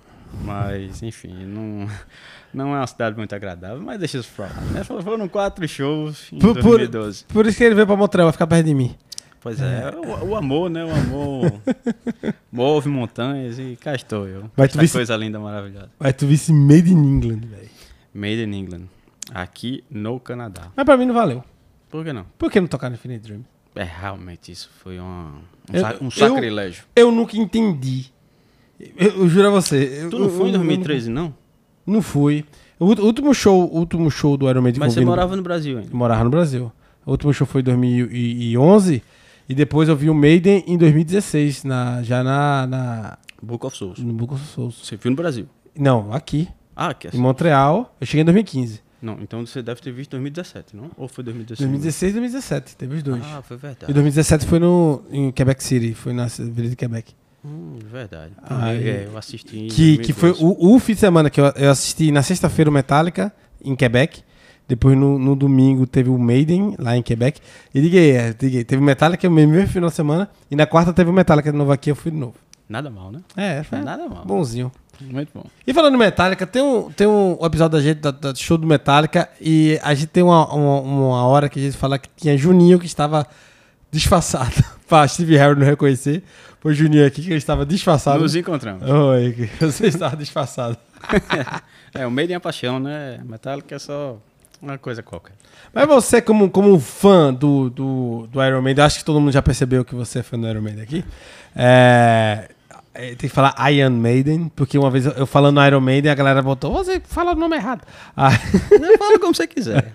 S2: mas enfim, não, não é uma cidade muito agradável, mas deixa isso pra lá. né? Foram quatro shows em
S1: Por, por-
S2: 2012.
S1: por isso que ele veio pra Montreal, vai ficar perto de mim.
S2: Pois é, o, o amor, né? O amor move montanhas e cá estou eu.
S1: Mas tu
S2: Esta
S1: visse-
S2: coisa linda, maravilhosa.
S1: Mas tu visse Made in England, velho.
S2: Made in England, aqui no Canadá.
S1: Mas pra mim não valeu.
S2: Por que não?
S1: Por que não tocar no Infinite Dream?
S2: É, realmente isso foi uma- um,
S1: Eu-
S2: sa- um
S1: eu-
S2: sacrilégio.
S1: Eu nunca entendi. Eu, eu juro a você. eu-
S2: Tu não foi
S1: eu-
S2: em
S1: eu-
S2: 2013, não?
S1: Não fui. O ú- último show, o último show do Iron Maiden que
S2: Mas
S1: eu
S2: você
S1: vi no-
S2: morava no Brasil ainda.
S1: eu morava no Brasil. O último show foi em 2011 e depois eu vi o Maiden em 2016, na, já na, na
S2: Book of Souls.
S1: no Book of Souls.
S2: Você viu no Brasil?
S1: Não, aqui,
S2: Ah, que é
S1: em Montreal. Eu cheguei em 2015.
S2: Não, então você deve ter visto 2017, não? Ou foi 2016?
S1: 2016 e 2017, teve os dois.
S2: Ah, foi
S1: e
S2: verdade.
S1: 2017 foi no, em Quebec City, foi na Avenida de Quebec.
S2: Hum, verdade.
S1: Ah,
S2: eu,
S1: e-
S2: eu assisti em
S1: Que, que foi
S2: 2012.
S1: o, o fim de semana que eu, eu assisti na sexta-feira o Metallica, em Quebec. Depois no, no domingo teve o Maiden, lá em Quebec. E liguei, é, liguei. Teve o Metallica no mesmo final de semana. E na quarta teve o Metallica de novo aqui, eu fui de novo.
S2: Nada mal, né?
S1: É, foi
S2: Nada mal.
S1: bonzinho.
S2: Muito bom.
S1: E falando em Metallica, tem um, tem um episódio da gente, da, da show do Metallica, e a gente tem uma, uma, uma hora que a gente fala que tinha Juninho que estava disfarçado, pra Steve Harry não reconhecer. Foi Juninho aqui que ele estava disfarçado.
S2: Nos encontramos.
S1: Oi, que você estava disfarçado.
S2: É, o Maiden é paixão, né? Metallica é só uma coisa qualquer.
S1: Mas você, como, como um fã do, do, do Iron Maiden, eu acho que todo mundo já percebeu que você é fã do Iron Maiden aqui. É, é, tem que falar Iron Maiden, porque uma vez eu, eu falando Iron Maiden, a galera botou, você fala o nome errado. Ah,
S2: Fala como você quiser.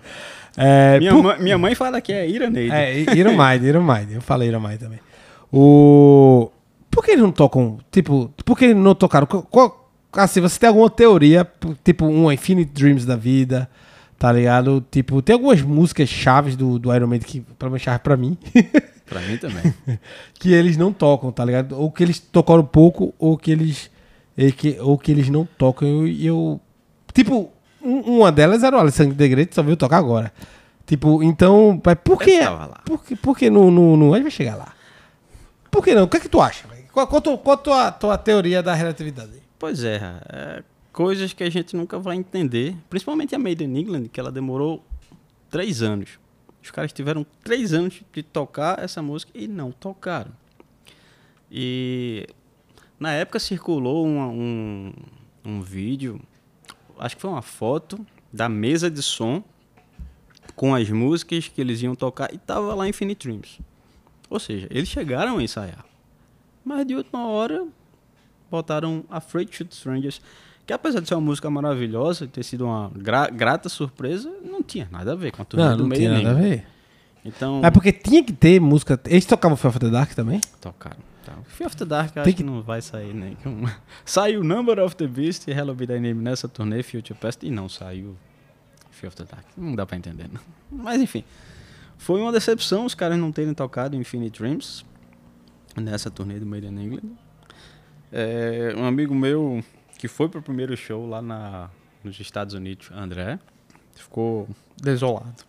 S1: é,
S2: minha,
S1: por-
S2: mãe, minha mãe fala que é Ira Neide.
S1: É, I- Iron Maiden, Iron Maiden. Eu falei Iron Maiden também. O... Por que eles não tocam, tipo, por que eles não tocaram? Qual- qual- assim, você tem alguma teoria, p- tipo, um Infinite Dreams da vida, tá ligado? Tipo, tem algumas músicas chaves do, do Iron Maiden, que, pelo menos chave pra mim,
S2: Pra mim também.
S1: que eles não tocam, tá ligado? Ou que eles tocaram pouco, ou que eles, e que, ou que eles não tocam. E eu, eu- tipo, um- uma delas era o Alessandro De Great, só veio tocar agora. Tipo, então, mas por que...
S2: Eu tava lá.
S1: Por que, por que não, não, não- A gente vai chegar lá. Por que não? O que é que tu acha? velho? Qual, qual, tu- qual a tua, tua teoria da relatividade? aí?
S2: Pois é, é, coisas que a gente nunca vai entender. Principalmente a Made in England, que ela demorou três anos. Os caras tiveram três anos de tocar essa música e não tocaram. E na época circulou uma- um, um vídeo, acho que foi uma foto da mesa de som com as músicas que eles iam tocar e tava lá Infinite Dreams. Ou seja, eles chegaram a ensaiar. Mas de última hora botaram a Freight Shoot Strangers, que apesar de ser uma música maravilhosa, ter sido uma gra- grata surpresa, não tinha nada a ver com a turma do meio nem.
S1: ver.
S2: Então,
S1: É porque tinha que ter música. Eles tocavam Fear of the Dark também?
S2: tocaram. Tá. Fear of the Dark eu
S1: Tem
S2: acho que não vai sair nem. que um- saiu Number of the Beast e Hello Be Thy Name nessa turnê Future Past e não saiu Fear of the Dark. Não dá pra entender, não. Mas enfim, foi uma decepção os caras não terem tocado Infinite Dreams nessa turnê do Made in England. É, um amigo meu que foi pro primeiro show lá na, nos Estados Unidos, André, ficou desolado.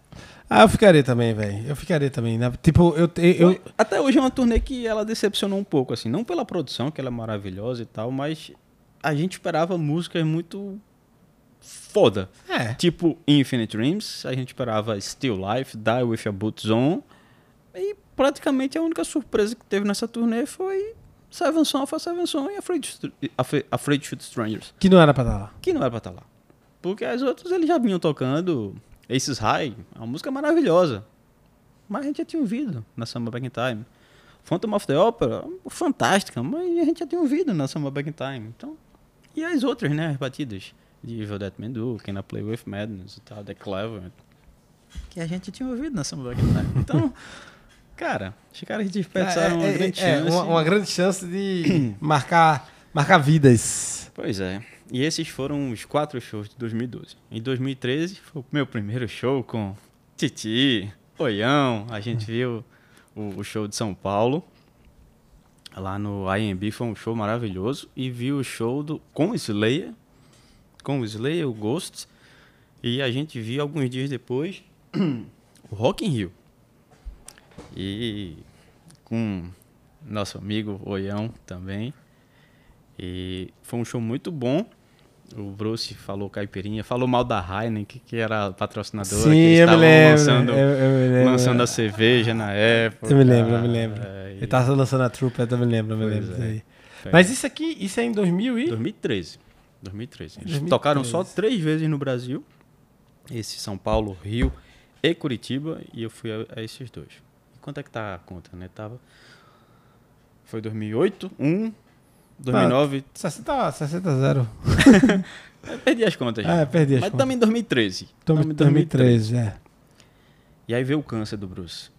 S1: Ah, eu ficaria também, velho. Eu ficaria também. né? Tipo, eu. te- eu,
S2: Foi- Até hoje é uma turnê que ela decepcionou um pouco, assim. Não pela produção, que ela é maravilhosa e tal, mas a gente esperava músicas muito foda.
S1: é.
S2: Tipo Infinite Dreams, a gente esperava Still Life, Die With Your Boots On. E praticamente a única surpresa que teve nessa turnê foi Seven Son for Seven Son e Afraid, to Str- Afra- Afraid to Shoot Strangers,
S1: Que não era pra estar lá.
S2: que não era pra estar lá. Porque as outras eles já vinham tocando Aces High, é uma música maravilhosa. Mas a gente já tinha ouvido na Summer Back in Time. Phantom of the Opera, fantástica, mas a gente já tinha ouvido na Summer Back in Time. Então, e as outras, né? As batidas de Evil Dead Man Do, Can I Play With Madness e tal, The Clever. que a gente tinha ouvido na Samba Time. Então, cara, os caras
S1: É,
S2: desperdiçaram uma grande chance.
S1: uma, uma grande chance de marcar, marcar vidas.
S2: Pois é. E esses foram os quatro shows de 2012. Em 2013 foi o meu primeiro show com Titi, Oião. A gente viu o, o show de São Paulo. Lá no IMB foi um show maravilhoso. E vi o show do, com o Slayer. Com o Slayer, o Ghost. E a gente viu alguns dias depois o Rock in Rio. E com nosso amigo Oião também. E foi um show muito bom. O Bruce falou caipirinha, falou mal da Heineken, que, que era a patrocinadora
S1: Sim,
S2: que eles
S1: eu me
S2: estavam
S1: lembro.
S2: lançando,
S1: eu, eu me lembro.
S2: lançando a cerveja na época.
S1: É. Eu me lembro, eu me lembro.
S2: É, e-
S1: Ele tá tava lançando a trupa, eu me lembro, eu me
S2: Pois
S1: lembro.
S2: é.
S1: disso aí.
S2: É.
S1: Mas isso aqui, isso é em 2000 e...
S2: 2013. 2013. Eles
S1: 2013.
S2: tocaram só três vezes no Brasil. Esse São Paulo, Rio e Curitiba. E eu fui a, a esses dois. Quanto é que tá a conta, né? Tava... Foi 2008, 1, 2009...
S1: 60, 60 a 0.
S2: Eu perdi as contas já.
S1: Ah, perdi as
S2: Mas
S1: contas.
S2: também em 2013.
S1: Tamo
S2: Tamo
S1: em
S2: em 2013.
S1: 2013, é.
S2: E aí veio o câncer do Bruce.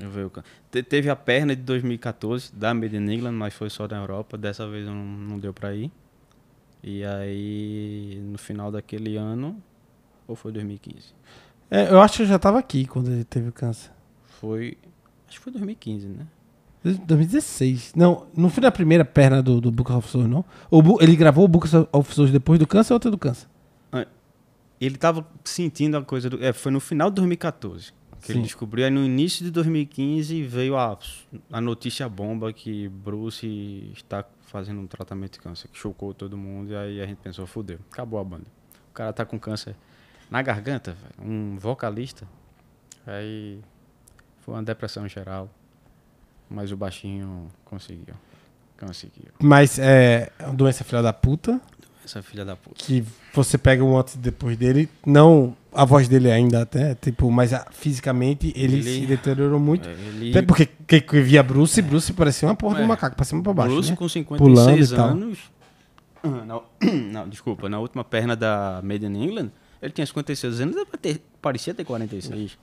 S2: Eu veio o câncer. Te- teve a perna de 2014 da Made in England, mas foi só na Europa. Dessa vez não, não deu pra ir. E aí, no final daquele ano, ou foi 2015?
S1: É, Eu acho que eu já tava aqui quando ele teve o câncer.
S2: Foi. Acho que foi 2015, né?
S1: 2016. Não, não foi na primeira perna do, do Book of Souls, não. O Bu- ele gravou o Book of Souls depois do câncer ou outra do câncer?
S2: Ele tava sentindo a coisa do. É, foi no final de 2014 que ele
S1: Sim.
S2: descobriu. Aí no início de 2015 veio a, a notícia bomba que Bruce está fazendo um tratamento de câncer, que chocou todo mundo. E aí a gente pensou, fudeu, acabou a banda. O cara tá com câncer na garganta, velho, um vocalista. Aí foi uma depressão geral. Mas o baixinho conseguiu. Conseguiu.
S1: Mas é é uma doença filha da puta,
S2: Essa filha da puta.
S1: que você pega um antes e depois dele, não a voz dele ainda até, tipo, mas a- fisicamente ele,
S2: Ele-
S1: se deteriorou muito.
S2: É, Ele-
S1: Até porque que, que via Bruce, Bruce parecia uma porra de
S2: É.
S1: um macaco, pra cima e pra baixo,
S2: Bruce
S1: né?
S2: com
S1: Pulando e
S2: 56
S1: tal.
S2: anos. Ah, na- não, desculpa, na última perna da Made in England, ele tinha 56 anos, ele ter- parecia ter 46.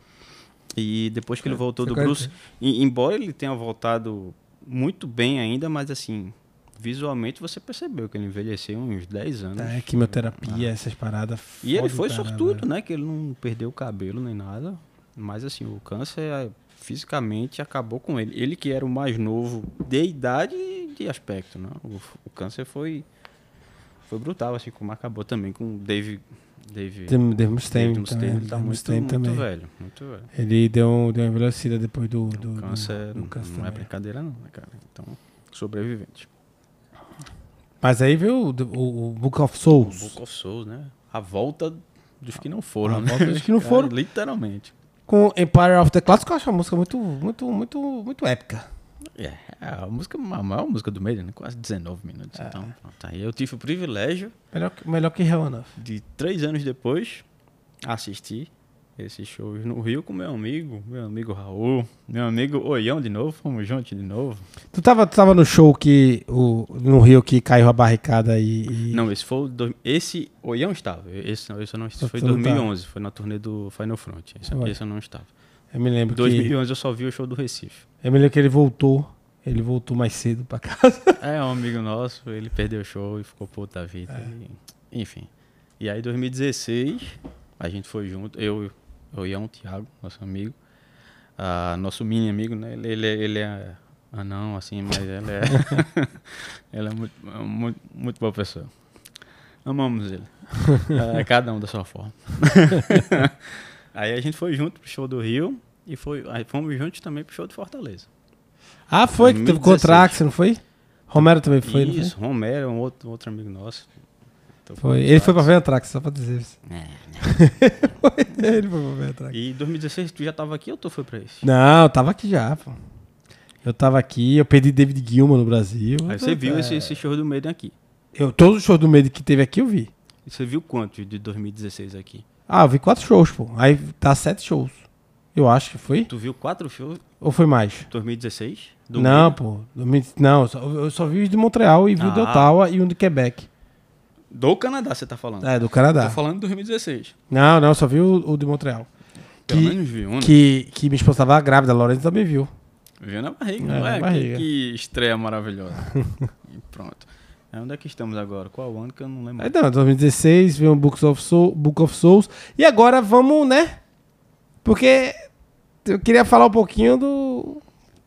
S2: E depois
S1: É,
S2: que ele voltou do
S1: foi
S2: Bruce, e- embora ele tenha voltado muito bem ainda, mas assim, visualmente você percebeu que ele envelheceu uns 10 anos.
S1: Tá, é quimioterapia, essas paradas.
S2: Ah. E
S1: fodem
S2: ele foi
S1: o cara,
S2: sortudo,
S1: velho.
S2: né? Que ele não perdeu o cabelo nem nada. Mas assim, o câncer ah, fisicamente acabou com ele. Ele que era o mais novo de idade e de aspecto, né? O, o câncer foi foi brutal, assim como acabou também com o Dave Dave
S1: Tem- Dave Mustaine
S2: Dave Mustaine,
S1: também,
S2: ele né? tá
S1: Dave
S2: muito,
S1: Mustaine
S2: muito
S1: também.
S2: velho, muito velho.
S1: Ele deu, um- deu uma envelhecida depois do, do,
S2: O
S1: do-
S2: câncer,
S1: do câncer
S2: não é
S1: também.
S2: brincadeira não, né, cara? Então, sobrevivente.
S1: Mas aí veio o, o- o Book of Souls.
S2: O Book of Souls, né? A volta dos que não foram,
S1: A
S2: né?
S1: volta dos que não
S2: Cara,
S1: foram.
S2: Literalmente.
S1: com Empire of the Clouds, que eu acho uma música muito, muito, muito, muito épica.
S2: É, a música, a maior música do Maiden, né? quase 19 minutos. Então, pronto, aí eu tive o privilégio
S1: Melhor que, melhor que Hell Enough.
S2: de, três anos depois, assistir esses shows no Rio com meu amigo, meu amigo Raul, meu amigo Oião de novo, fomos juntos de novo.
S1: Tu tava, tu tava no show que. O, no Rio que caiu a barricada e. e-
S2: Não, esse foi o dois- esse Oião estava, esse, não, esse eu não
S1: Só
S2: foi
S1: tu não
S2: 2011, foi na turnê do Final Front, esse,
S1: Olha.
S2: esse eu não estava.
S1: Eu me
S2: Em
S1: lembro que.
S2: 2011 eu só vi o show do Recife.
S1: Eu me lembro que ele voltou. Ele voltou mais cedo pra casa.
S2: É, um amigo nosso, ele perdeu o show e ficou puto da vida. e- enfim. E aí, em 2016, a gente foi junto, eu, eu e o Thiago, nosso amigo. ah, nosso mini amigo, né? Ele, ele, ele é anão, assim, mas ele é. ele é muito, muito, muito boa pessoa. Amamos ele. Ah, cada um da sua forma. aí a gente foi junto pro show do Rio e foi, aí fomos juntos também pro show de Fortaleza.
S1: Ah, foi, que teve
S2: 2016.
S1: Contrax, não foi? Romero também foi, não
S2: Isso, Romero é um outro, outro amigo nosso. Tô
S1: foi? Foi.
S2: com
S1: Ele foi pra
S2: saudades.
S1: ver Antrax, só pra dizer isso.
S2: É, né.
S1: ele foi pra ver Antrax.
S2: E em 2016 tu já tava aqui ou tu foi pra esse?
S1: Não, eu tava aqui já, pô. Eu tava aqui, eu perdi David Gilman no Brasil.
S2: Aí você viu
S1: É.
S2: esse, esse show do Maiden aqui.
S1: Eu, todos os shows do medo que teve aqui eu vi.
S2: E Você viu quanto de 2016 aqui?
S1: Ah, eu vi quatro shows, pô. Aí tá sete shows. Eu acho que foi.
S2: Tu viu quatro shows de
S1: Ou foi mais?
S2: 2016? Do
S1: não,
S2: Maiden?
S1: pô. Do Mid- Não, eu só- eu só vi os de Montreal e vi o de
S2: Ah.
S1: Ottawa e um de Quebec.
S2: Do Canadá você tá falando.
S1: É, do
S2: Tô
S1: Canadá.
S2: falando de 2016.
S1: Não, não, eu só vi o, o de Montreal.
S2: Pelo
S1: que-
S2: menos viu, né?
S1: Que, que minha esposa tava grávida, a Lorena também viu.
S2: Viu na barriga,
S1: É,
S2: não
S1: na
S2: é? Que-
S1: barriga.
S2: Que, estreia maravilhosa. e pronto. É, onde é que estamos agora? Qual ano que eu não lembro?
S1: Aí não, 2016, veio um Books of Soul- Book of Souls. E agora vamos, né? Porque eu queria falar um pouquinho do.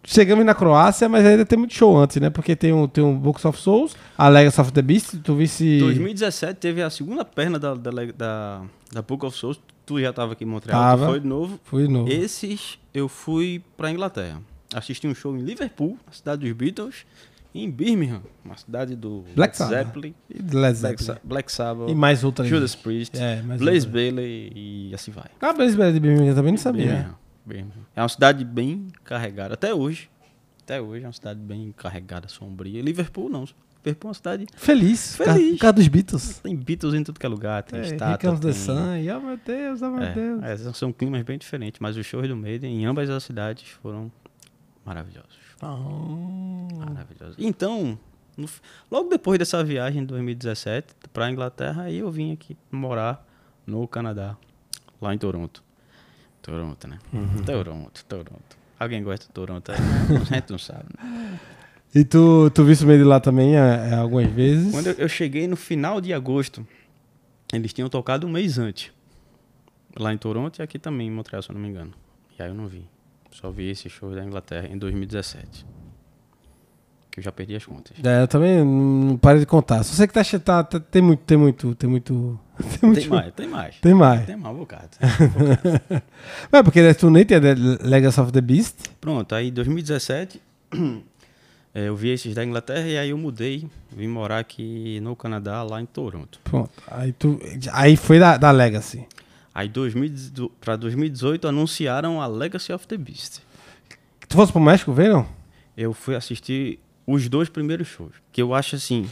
S1: Chegamos na Croácia, mas ainda tem muito show antes, né? Porque tem um, tem um Books of Souls, a Legacy of the Beast, tu visse.
S2: 2017 teve a segunda perna da, da, leg- da, da Book of Souls. Tu já tava aqui em Montreal, tu
S1: Tava.
S2: foi de novo.
S1: Fui novo.
S2: Esses eu fui pra Inglaterra. Assisti um show em Liverpool, na cidade dos Beatles, e em Birmingham, uma cidade do
S1: Black
S2: Led
S1: Sabbath.
S2: Zeppelin,
S1: E Led
S2: Black,
S1: Zeppelin.
S2: Sa- Black Sabbath,
S1: E mais outra aí.
S2: Judas Priest,
S1: É, mais
S2: Blaze
S1: outra.
S2: Bailey e assim vai.
S1: Ah, Blaze Bailey de Birmingham também não sabia.
S2: Birmingham, Birmingham. É uma cidade bem carregada, até hoje. Até hoje é uma cidade bem carregada, sombria. Liverpool não. Liverpool é uma cidade.
S1: Feliz.
S2: Feliz.
S1: Por causa dos Beatles.
S2: Tem Beatles em tudo que é lugar, tem
S1: É,
S2: estátua.
S1: Ricardo
S2: Tem...
S1: de Sun. E, oh meu Deus, oh meu Deus.
S2: É, é, são- são climas bem diferentes, mas os shows do Maiden em ambas as cidades foram maravilhosos.
S1: Ah.
S2: Maravilhoso. Então, no fi- logo depois dessa viagem de 2017 para Inglaterra, aí eu vim aqui morar no Canadá, lá em Toronto. Toronto, né?
S1: Uhum.
S2: Toronto, Toronto. Alguém gosta de Toronto? aí? A gente não sabe. né?
S1: E tu, tu viste o meio de lá também é, é, algumas vezes?
S2: Quando eu- eu cheguei no final de agosto, eles tinham tocado um mês antes. Lá em Toronto e aqui também, em Montreal, se eu não me engano. E aí eu não vi. Só vi esse show da Inglaterra em 2017. Que eu já perdi as contas.
S1: É, eu também não parei de contar. Só sei que tá, che- tá, tá tem muito, tem muito, tem muito. Tem muito.
S2: Tem mais, tem mais.
S1: Tem mais.
S2: Tem mais um bocado.
S1: É porque tu nem tem a The Legacy of the Beast.
S2: Pronto, aí em 2017 eh, eu vi esses da Inglaterra e aí eu mudei, vim morar aqui no Canadá, lá em Toronto.
S1: Pronto. Aí tu. Aí foi da, da Legacy.
S2: Aí 2018 para 2018 anunciaram a Legacy of the Beast.
S1: Tu fosse pro México, ver não?
S2: Eu fui assistir os dois primeiros shows, que eu acho assim,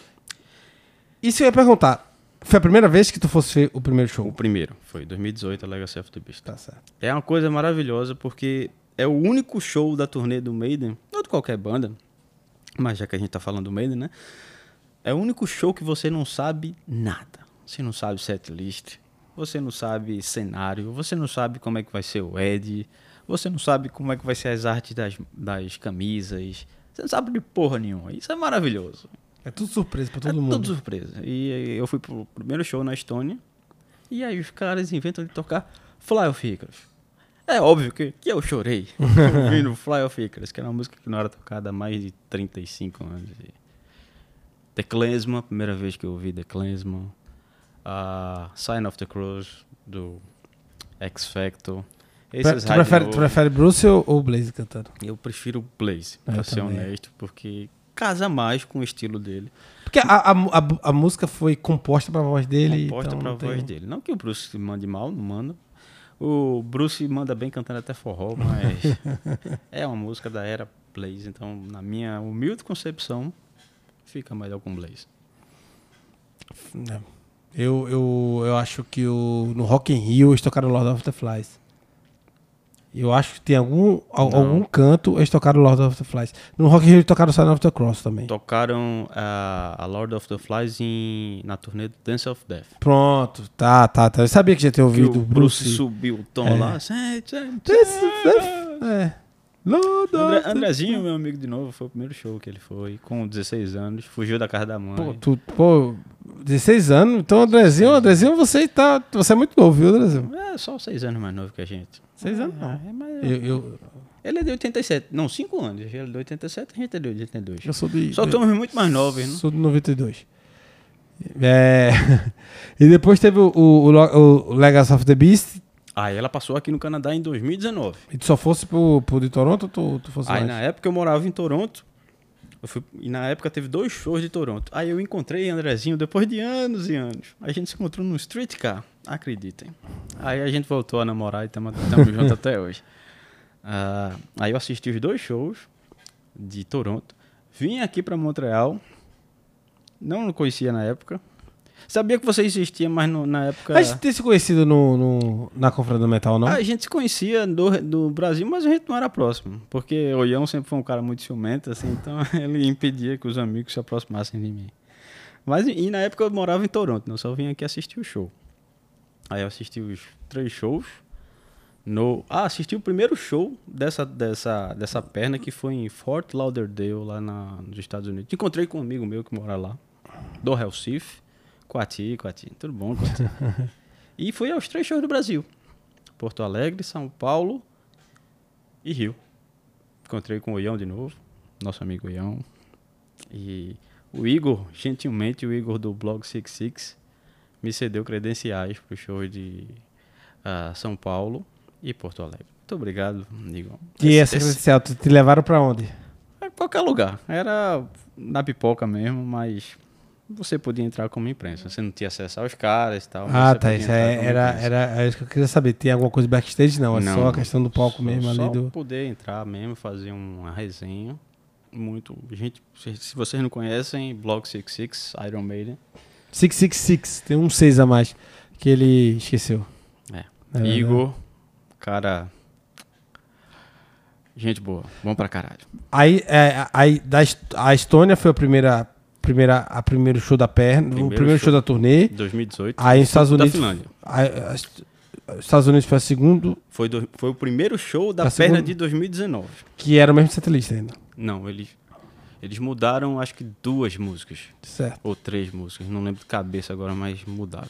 S1: Isso eu ia perguntar. Foi a primeira vez que tu fosse ver o primeiro
S2: o
S1: show.
S2: primeiro foi 2018 a Legacy of the Beast.
S1: Tá certo.
S2: É uma coisa maravilhosa porque é o único show da turnê do Maiden, ou de qualquer banda, mas já que a gente tá falando do Maiden, né? É o único show que você não sabe nada. Você não sabe setlist, você não sabe cenário, você não sabe como é que vai ser o Ed, você não sabe como é que vai ser as artes das, das camisas, você não sabe de porra nenhuma. Isso é maravilhoso.
S1: É tudo surpresa pra
S2: é
S1: todo
S2: tudo
S1: mundo.
S2: surpresa. E aí eu fui pro primeiro show na Estônia. E aí os caras inventam de tocar Fly of Icarus. É óbvio que, que eu chorei ouvindo Fly of Icarus, que era uma música que não era tocada há mais de 35 anos. E The Klezmer, a primeira vez que eu ouvi The Klezmer. a Sign of the Cross, do X Factor.
S1: Pre-
S2: Esses
S1: tu,
S2: high
S1: prefere,
S2: note.
S1: tu prefere Bruce ou, ou Blaze cantando?
S2: Eu prefiro o Blaze,
S1: Eu
S2: pra ser
S1: também.
S2: honesto, porque casa mais com o estilo dele.
S1: Porque a, a, a, a música foi composta pra voz dele.
S2: composta
S1: então
S2: pra
S1: não tem-
S2: voz dele. Não que o Bruce mande mal, não manda. O Bruce manda bem cantando até forró, mas é uma música da era Blaze, então na minha humilde concepção fica melhor com Blaze.
S1: É. Eu, eu, eu acho que o, no Rock in Rio eles tocaram Lord of the Flies. Eu acho que tem algum, al-
S2: Não.
S1: algum canto eles tocaram Lord of the Flies. No Rock in Rio eles tocaram Sign of the Cross também.
S2: Tocaram a, a Lord of the Flies em- na turnê do Dance of Death.
S1: Pronto, tá, tá, tá. Eu sabia que já tinha
S2: Que
S1: ouvido
S2: o Bruce, subiu o tom
S1: É.
S2: lá. assim, Sente, sente.
S1: É. Lord
S2: André,
S1: of the-
S2: Andrezinho, meu amigo de novo, foi o primeiro show que ele foi, com 16 anos, fugiu da casa da mãe.
S1: Pô, tu, pô, 16 anos. Então, Andrezinho, Andrezinho, você tá. Você é muito novo, viu, Andrezinho?
S2: É só 6 anos mais novo que a gente.
S1: 6 anos não.
S2: É, mas
S1: Eu, eu,
S2: Ele é de 87. Não, 5 anos. Ele é de 87, a gente é de 82.
S1: eu sou de.
S2: Só
S1: de-
S2: estamos muito mais novos, né?
S1: Sou do 92. É... e depois teve o, o, o Lo- o Legacy of the Beast.
S2: Aí ela passou aqui no Canadá em 2019.
S1: E tu só fosse pro, pro de Toronto ou tu, tu fosse
S2: Aí
S1: mais?
S2: na época eu morava em Toronto. Eu fui- e na época teve dois shows de Toronto. Aí eu encontrei Andrezinho depois de anos e anos. A gente se encontrou num streetcar, acreditem. Aí a gente voltou a namorar e estamos juntos até hoje. Ah, aí eu assisti os dois shows de Toronto. Vim aqui para Montreal. Não conhecia na época. Sabia que você existia, mas no- na época.
S1: Mas ter se conhecido no, no- na Conferência do Metal, não?
S2: Ah, A gente se conhecia do, do Brasil, mas a gente não era próximo. Porque o Ião sempre foi um cara muito ciumento, assim, então ele impedia que os amigos se aproximassem de mim. Mas, e na época eu morava em Toronto, né? eu só vim aqui assistir o show. Aí eu assisti os três shows. No, ah, assisti o primeiro show dessa, dessa, dessa perna que foi em Fort Lauderdale, lá na, nos Estados Unidos. Encontrei com um amigo meu que mora lá, do Recife. Coati, Coati, tudo bom, Coati? e fui aos três shows do Brasil: Porto Alegre, São Paulo e Rio. Encontrei com o Ião de novo, nosso amigo Ião. E o Igor, gentilmente, o Igor do Blog 66, me cedeu credenciais para o show de ah, São Paulo e Porto Alegre. Muito obrigado, Igor.
S1: E
S2: Esse-
S1: essa credencial, tu te levaram pra onde?
S2: é qualquer lugar. Era na pipoca mesmo, mas você podia entrar como imprensa. Você não tinha acesso aos caras e tal. mas
S1: Ah,
S2: você
S1: tá.
S2: podia
S1: Isso
S2: entrar
S1: é-
S2: como
S1: era,
S2: imprensa.
S1: era isso que eu queria saber. Tem alguma coisa backstage? Não, é
S2: Não,
S1: só a questão do palco
S2: Só-
S1: mesmo
S2: só
S1: ali do.
S2: poder entrar mesmo, fazer uma resenha. Muito. Gente, se- se vocês não conhecem, Block 66, Iron Maiden.
S1: 666, tem um 6 a mais que ele esqueceu.
S2: É.
S1: É,
S2: Igor, cara. Gente boa, bom pra caralho.
S1: Aí, é, aí da, Es- a Estônia foi a primeira, primeira, a primeiro show da perna, o
S2: Primeiro
S1: primeiro show.
S2: show.
S1: da turnê.
S2: 2018.
S1: Aí os Estados
S2: da
S1: Unidos.
S2: Finlândia.
S1: aí, a Est- os Estados Unidos foi a segundo,
S2: Foi, do- foi o primeiro show da
S1: Da
S2: perna
S1: segunda-
S2: de 2019.
S1: que era o mesmo setlist ainda.
S2: Não, eles, eles mudaram acho que duas músicas.
S1: Certo.
S2: Ou três músicas. Não lembro de cabeça agora, mas mudaram.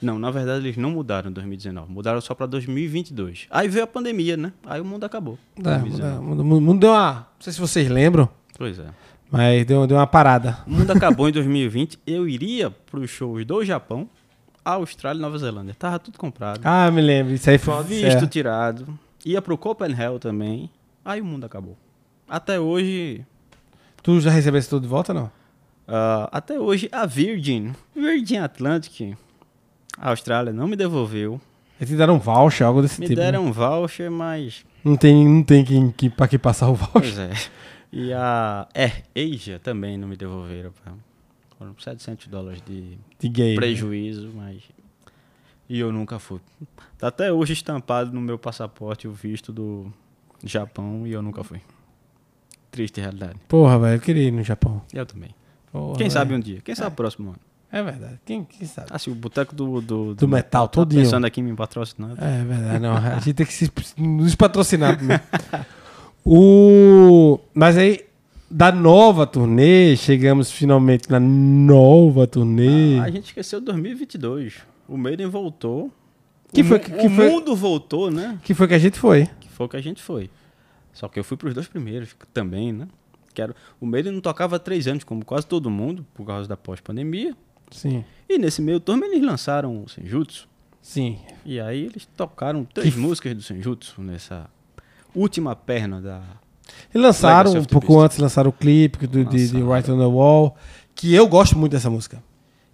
S2: Não, na verdade eles não mudaram em 2019. Mudaram só pra 2022. Aí veio a pandemia, né? Aí o mundo acabou.
S1: É,
S2: 2019.
S1: muda- muda- muda- deu uma. Não sei se vocês lembram,
S2: Pois é.
S1: mas deu, deu uma parada.
S2: O mundo acabou em 2020. Eu iria pros shows do Japão, Austrália e Nova Zelândia. Tava tudo comprado.
S1: Ah, É. eu me lembro. Isso aí foi uma
S2: visto tirado. Ia pro Copenhagen também. Aí o mundo acabou. Até hoje,
S1: Tu já recebesse tudo de volta, não?
S2: Ah, até hoje, a Virgin, Virgin Atlantic, a Austrália não me devolveu.
S1: Eles te deram um voucher, algo desse
S2: Me
S1: tipo. né?
S2: deram um voucher, mas.
S1: Não tem, não tem quem, que, pra que passar o voucher.
S2: Pois é. E a Air Asia também não me devolveram. pá. Foram 700 dólares de
S1: De gay.
S2: É. prejuízo, mas. E eu nunca fui. Tá até hoje estampado no meu passaporte o visto do Japão e eu nunca fui. Triste realidade.
S1: Porra, velho, eu queria ir no Japão.
S2: Eu também.
S1: Porra,
S2: Quem
S1: velho.
S2: sabe um dia? Quem sabe próximo ano?
S1: É verdade. Quem, quem sabe?
S2: Ah, se o boteco do. Do,
S1: Do metal
S2: tá
S1: todinho.
S2: Pensando aqui em me patrocinar.
S1: É verdade, não. A gente tem que se, nos patrocinar primeiro. o... Mas aí, da nova turnê, chegamos finalmente na nova turnê.
S2: Ah, a gente esqueceu 2022. O Maiden voltou.
S1: Que
S2: o
S1: foi
S2: mu-
S1: que- que
S2: o
S1: foi-
S2: mundo voltou, né?
S1: Que foi que a gente foi.
S2: Que foi o que a gente foi. Só que eu fui pros dois primeiros também, né? Quero... O Maiden não tocava há três anos, como quase todo mundo, por causa da pós-pandemia.
S1: Sim.
S2: E nesse meio termo eles lançaram o Senjutsu.
S1: Sim.
S2: E aí eles tocaram três músicas do Senjutsu nessa última perna da...
S1: E lançaram,
S2: Legacy
S1: um
S2: of the
S1: pouco
S2: Beast.
S1: antes, lançaram o clipe do, de, de
S2: Lançaram.
S1: Right on the Wall, que eu gosto muito dessa música.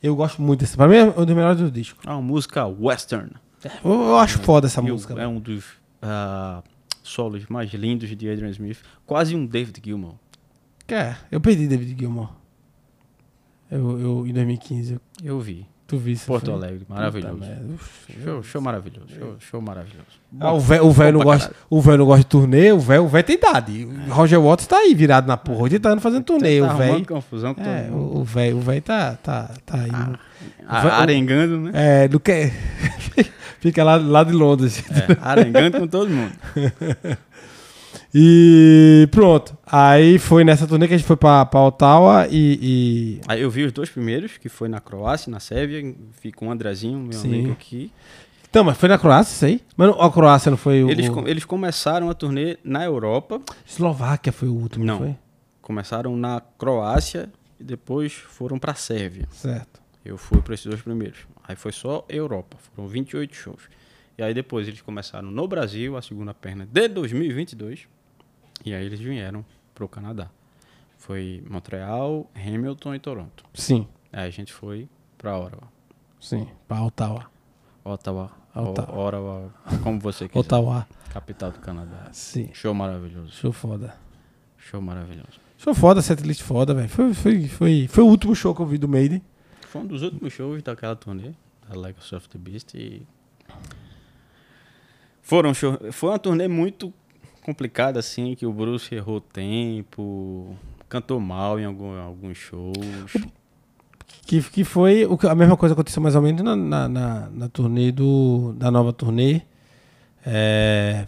S1: Eu gosto muito dessa. Pra mim é um dos melhores do disco.
S2: É uma música western.
S1: Eu, eu acho foda essa
S2: E o-
S1: música. né?
S2: É um dos ah, solos mais lindos de Adrian Smith. Quase um David Gilmour.
S1: É, eu perdi David Gilmour. Eu, eu, em 2015, eu,
S2: Eu vi.
S1: tu vi isso.
S2: Porto
S1: foi?
S2: Alegre,
S1: Puta
S2: maravilhoso.
S1: merda, uf.
S2: Show, show maravilhoso, show, show maravilhoso.
S1: Ah, o velho o velho não
S2: pra É.
S1: gosta, o velho não gosta de turnê, o velho, o velho tem idade. O Roger Watts tá aí virado na porra, 80 anos fazendo turnê,
S2: Tá
S1: o velho.
S2: arrumando confusão com
S1: É,
S2: todo mundo.
S1: o o velho, o velho tá tá tá aí. no-
S2: A-
S1: vai- o-
S2: arengando, né?
S1: É, do que fica lá, lá de Londres.
S2: É, arengando com todo mundo.
S1: E pronto. Aí foi nessa turnê que a gente foi pra, pra Ottawa e, e-
S2: Aí eu vi os dois primeiros, que foi na Croácia, na Sérvia, vi com o Andrezinho, meu
S1: Sim.
S2: amigo aqui.
S1: Então, mas foi na Croácia isso aí? Mas não- a Croácia não foi o.
S2: Eles, com- eles começaram a turnê na Europa,
S1: Eslováquia foi o último,
S2: Não.
S1: foi?
S2: começaram na Croácia e depois foram pra Sérvia.
S1: Certo.
S2: Eu fui para esses dois primeiros. Aí foi só Europa, foram 28 shows. E aí depois eles começaram no Brasil, a segunda perna de 2022. E aí eles vieram pro Canadá. Foi Montreal, Hamilton e Toronto.
S1: Sim,
S2: Aí a gente foi pra Ottawa.
S1: sim. Pra Ottawa.
S2: Ottawa.
S1: Ottawa.
S2: Ottawa. Ottawa, como você quiser.
S1: Ottawa.
S2: Capital do Canadá.
S1: Sim.
S2: Show maravilhoso.
S1: Show foda.
S2: Show maravilhoso.
S1: Show foda, setlist foda, velho. Foi, foi, foi, foi o último show que eu vi do Maiden.
S2: Foi um dos últimos shows daquela turnê, da Legacy of the Beast. E... Foram show... Foi uma turnê muito complicada, assim, que o Bruce errou tempo, cantou mal em algum- alguns shows.
S1: Que, que foi o que- a mesma coisa aconteceu mais ou menos na, na, na- na turnê do, da nova turnê É,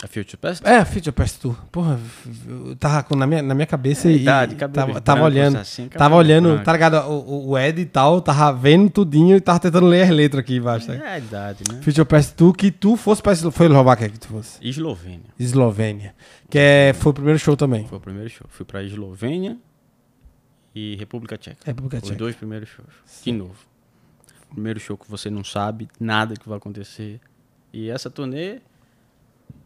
S2: A Future Past?
S1: é Future Past Tour. Porra, eu tava com- na minha, na minha cabeça e
S2: É Idade,
S1: e
S2: cabelos
S1: tava, tava
S2: brancos,
S1: olhando,
S2: assim,
S1: tava
S2: cabelo
S1: olhando,
S2: branco.
S1: tá ligado? O, o- o Ed e tal, tava vendo tudinho e tava tentando ler as letras aqui embaixo. tá ligado?
S2: É a idade, né?
S1: Future Past Tour, que tu fosse pra... Eslo- Foi Eslováquia que tu fosse?
S2: Eslovênia.
S1: Eslovênia. Que é, foi o primeiro show também.
S2: Foi o primeiro show. Fui pra Eslovênia e República Tcheca.
S1: É, República
S2: Os
S1: Tcheca.
S2: dois primeiros shows. De novo. Primeiro show que você não sabe nada que vai acontecer. E essa turnê,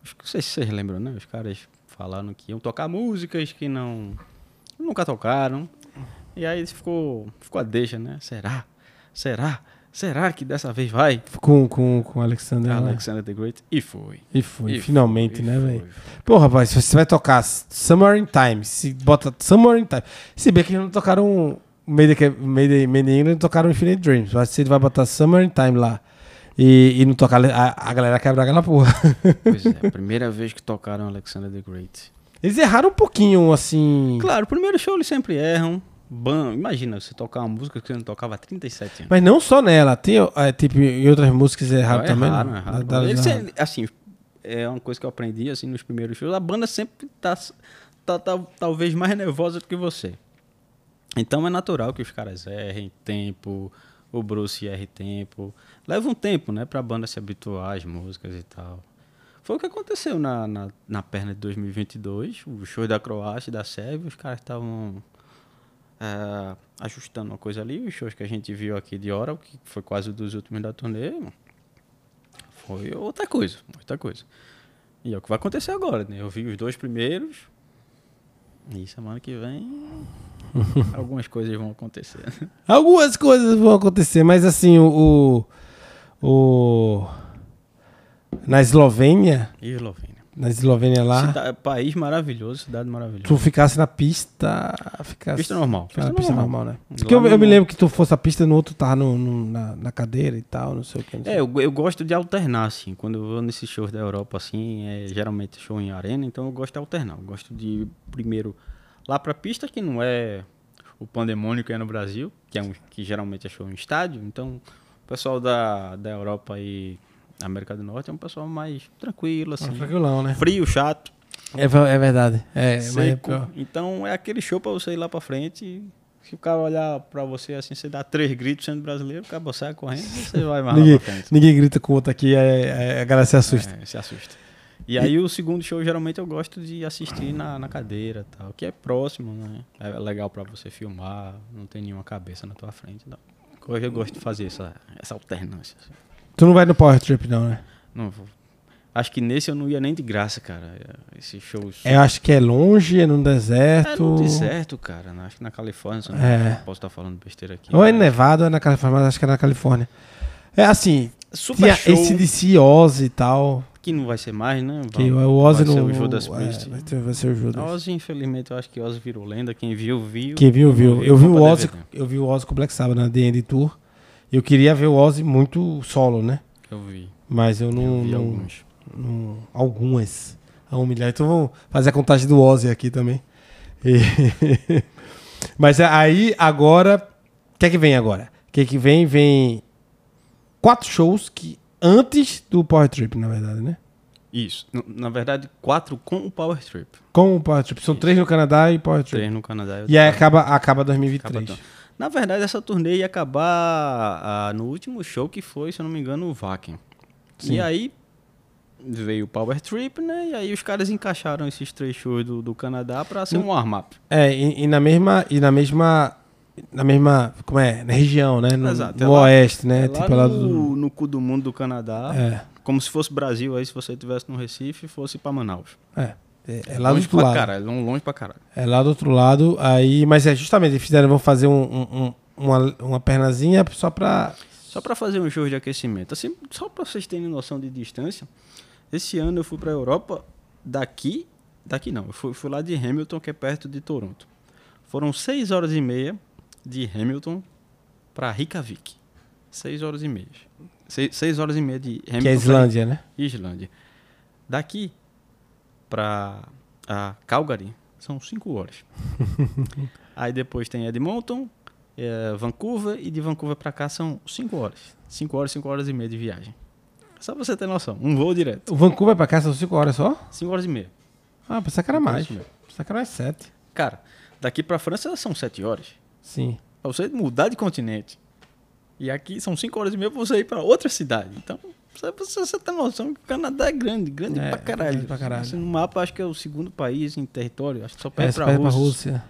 S2: acho que não sei se vocês lembram, né? Os caras falaram que iam tocar músicas que não nunca tocaram. E aí ficou, ficou a deixa, né? Será? Será? Será que dessa vez vai?
S1: Com, com, com o Alexander. né?
S2: Alexander the Great. E foi.
S1: E foi,
S2: E
S1: finalmente,
S2: foi, e
S1: né,
S2: foi,
S1: velho?
S2: foi.
S1: Pô, rapaz, se você vai tocar Summer in Time, se bota Summer in Time. Se bem que eles não tocaram um, Made, Made, Made in England, tocaram Infinite Dreams. Mas se ele vai botar Summer in Time lá e, e não tocar, a, a galera quebra aquela porra.
S2: Pois é, primeira vez que tocaram Alexander the Great.
S1: Eles erraram um pouquinho, assim.
S2: Claro, o primeiro show eles sempre erram. Ban... Imagina, você tocar uma música que você não tocava há 37 anos.
S1: Mas não só nela, tem, eh, tipo, em outras músicas erraram
S2: Ah,
S1: também.
S2: erraram,
S1: né?
S2: erraram.
S1: Da- da-
S2: Eles
S1: da-
S2: sempre- assim, é uma coisa que eu aprendi assim, nos primeiros shows. A banda sempre tá, tá, tá talvez mais nervosa do que você. Então é natural que os caras errem tempo, o Bruce erre tempo. Leva um tempo, né, pra banda se habituar às músicas e tal. Foi o que aconteceu na, na, na perna de 2022, os shows da Croácia e da Sérvia, os caras estavam é, ajustando uma coisa ali, os shows que a gente viu aqui de hora, que foi quase o dos últimos da turnê, foi outra coisa, outra coisa. E é o que vai acontecer agora, né? Eu vi os dois primeiros. E semana que vem algumas coisas vão acontecer.
S1: Algumas coisas vão acontecer, mas assim, o. o, o- na Eslovênia,
S2: E Eslovênia.
S1: na Eslovênia lá.
S2: Cida- país maravilhoso, cidade maravilhosa.
S1: tu ficasse na pista. Ficasse...
S2: Pista normal.
S1: Ficasse na pista normal, né?
S2: Lá
S1: Porque eu, eu
S2: no-
S1: me lembro que tu fosse a pista no outro, tava no, no- na, na cadeira e tal, não sei o que. não sei
S2: É,
S1: o
S2: eu, eu gosto de alternar, assim. Quando eu vou nesses shows da Europa, assim, é geralmente show em arena, então eu gosto de alternar. Eu gosto de ir primeiro lá pra pista, que não é o pandemônio que é no Brasil, que, é um, que geralmente é show em estádio. Então, o pessoal da, da Europa e América do Norte é um pessoal mais tranquilo,
S1: que. É
S2: assim.
S1: tranquilão, né?
S2: Frio, chato,
S1: É, ver- é verdade. É, mas é
S2: seco.
S1: pior.
S2: então, é aquele show pra você ir lá pra frente e... Se o cara olhar pra você assim, você dá três gritos sendo brasileiro, o cara sai correndo e você vai mais lá
S1: Ninguém,
S2: pra frente.
S1: ninguém grita com o outro aqui, é- é- a galera se assusta.
S2: É, se assusta. E aí o segundo show geralmente eu gosto de assistir na, na cadeira, tal, que é próximo, né? É legal pra você filmar, não tem nenhuma cabeça na tua frente, não. Hoje eu gosto de fazer essa, essa alternância. assim.
S1: Tu não vai no Power Trip, não, né?
S2: Não vou. Acho que nesse eu não ia nem de graça, cara. Esse show
S1: Eu acho que é longe, é num
S2: é
S1: deserto.
S2: no deserto, cara. né? Acho que na Califórnia, se eu não
S1: É.
S2: me engano, posso estar falando besteira aqui.
S1: Ou é
S2: mas-
S1: nevado, ou é na Califórnia, mas acho que é na Califórnia. É assim,
S2: Super
S1: tinha
S2: é show
S1: esse DC Ozzy e tal.
S2: que não vai ser mais, né?
S1: Que é
S2: Vai-
S1: o Ozzy
S2: vai
S1: não.
S2: ser o Judas
S1: é,
S2: Priest.
S1: vai ter- vai ser o Judas.
S2: Ozzy, infelizmente, eu acho que Ozzy virou lenda. Quem viu, viu.
S1: Quem viu,
S2: Quem não
S1: viu. Eu vi, o
S2: compra
S1: Ozzy,
S2: DVD.
S1: eu vi o Ozzy com o Black Sabbath na The End Tour. Eu queria ver o Ozzy muito solo, né?
S2: Eu vi.
S1: Mas eu não.
S2: vi
S1: não-
S2: alguns.
S1: não- algumas. A um milhão. Então vamos fazer a contagem do Ozzy aqui também. E- Mas aí, agora. O que é que vem agora? O que é que vem? Vem quatro shows que antes do Power Trip, na verdade, né?
S2: Isso. N- Na verdade, quatro com o Power Trip.
S1: Com o Power Trip. São três no Canadá e Power Trip.
S2: Três no Canadá outro
S1: E é aí
S2: lá.
S1: acaba, acaba
S2: Acaba
S1: 2023.
S2: tão- Na verdade, essa turnê ia acabar ah, no último show que foi, se eu não me engano, o Vakin.
S1: Sim.
S2: E aí veio o Power Trip, né? E aí os caras encaixaram esses três shows do, do Canadá pra ser um warm-up.
S1: É, e, e na mesma. E na mesma. Na mesma. Como é? Na região, né? No,
S2: Exato, é
S1: no
S2: lá-
S1: oeste, né?
S2: É lá
S1: tipo, é lá do.
S2: no, no cu do mundo do Canadá.
S1: É,
S2: Como se fosse Brasil aí, se você estivesse no Recife, fosse pra Manaus.
S1: é. É- é lá do
S2: longe
S1: outro
S2: pra
S1: lado.
S2: caralho, longe pra caralho.
S1: É lá do outro lado. Aí, mas é justamente, eles fizeram, vão fazer um, um- um- uma, uma pernazinha só pra.
S2: Só para fazer um show de aquecimento, assim, só para vocês terem noção de distância, esse ano eu fui para a Europa daqui, daqui não, eu fui, fui lá de Hamilton, que é perto de Toronto. Foram seis horas e meia de Hamilton para Reykjavik. Seis horas e meia. Seis, seis horas e meia de Hamilton
S1: Que é a
S2: pra
S1: Islândia, né?
S2: Islândia. Daqui para a Calgary são 5 horas. Aí depois tem Edmonton, é, eh, Vancouver e de Vancouver para cá são 5 horas. 5 horas, 5 horas e meia de viagem. Só pra você ter noção. Um voo direto.
S1: O Vancouver é pra cá são 5 horas só?
S2: 5 horas e meia.
S1: Ah, pensava que era mais. é
S2: Isso mesmo.
S1: Pensava que era mais 7.
S2: Cara, daqui pra França são 7 horas.
S1: Sim.
S2: Pra você mudar de continente. E aqui são 5 horas e meia pra você ir pra outra cidade. Então, você, você, você tem noção que o Canadá é grande, grande
S1: É,
S2: pra caralho.
S1: grande pra caralho.
S2: Assim, no mapa, acho que é o segundo país em território. Acho que só
S1: É,
S2: perde
S1: se
S2: pra,
S1: perde pra
S2: Rússia.
S1: Rússia.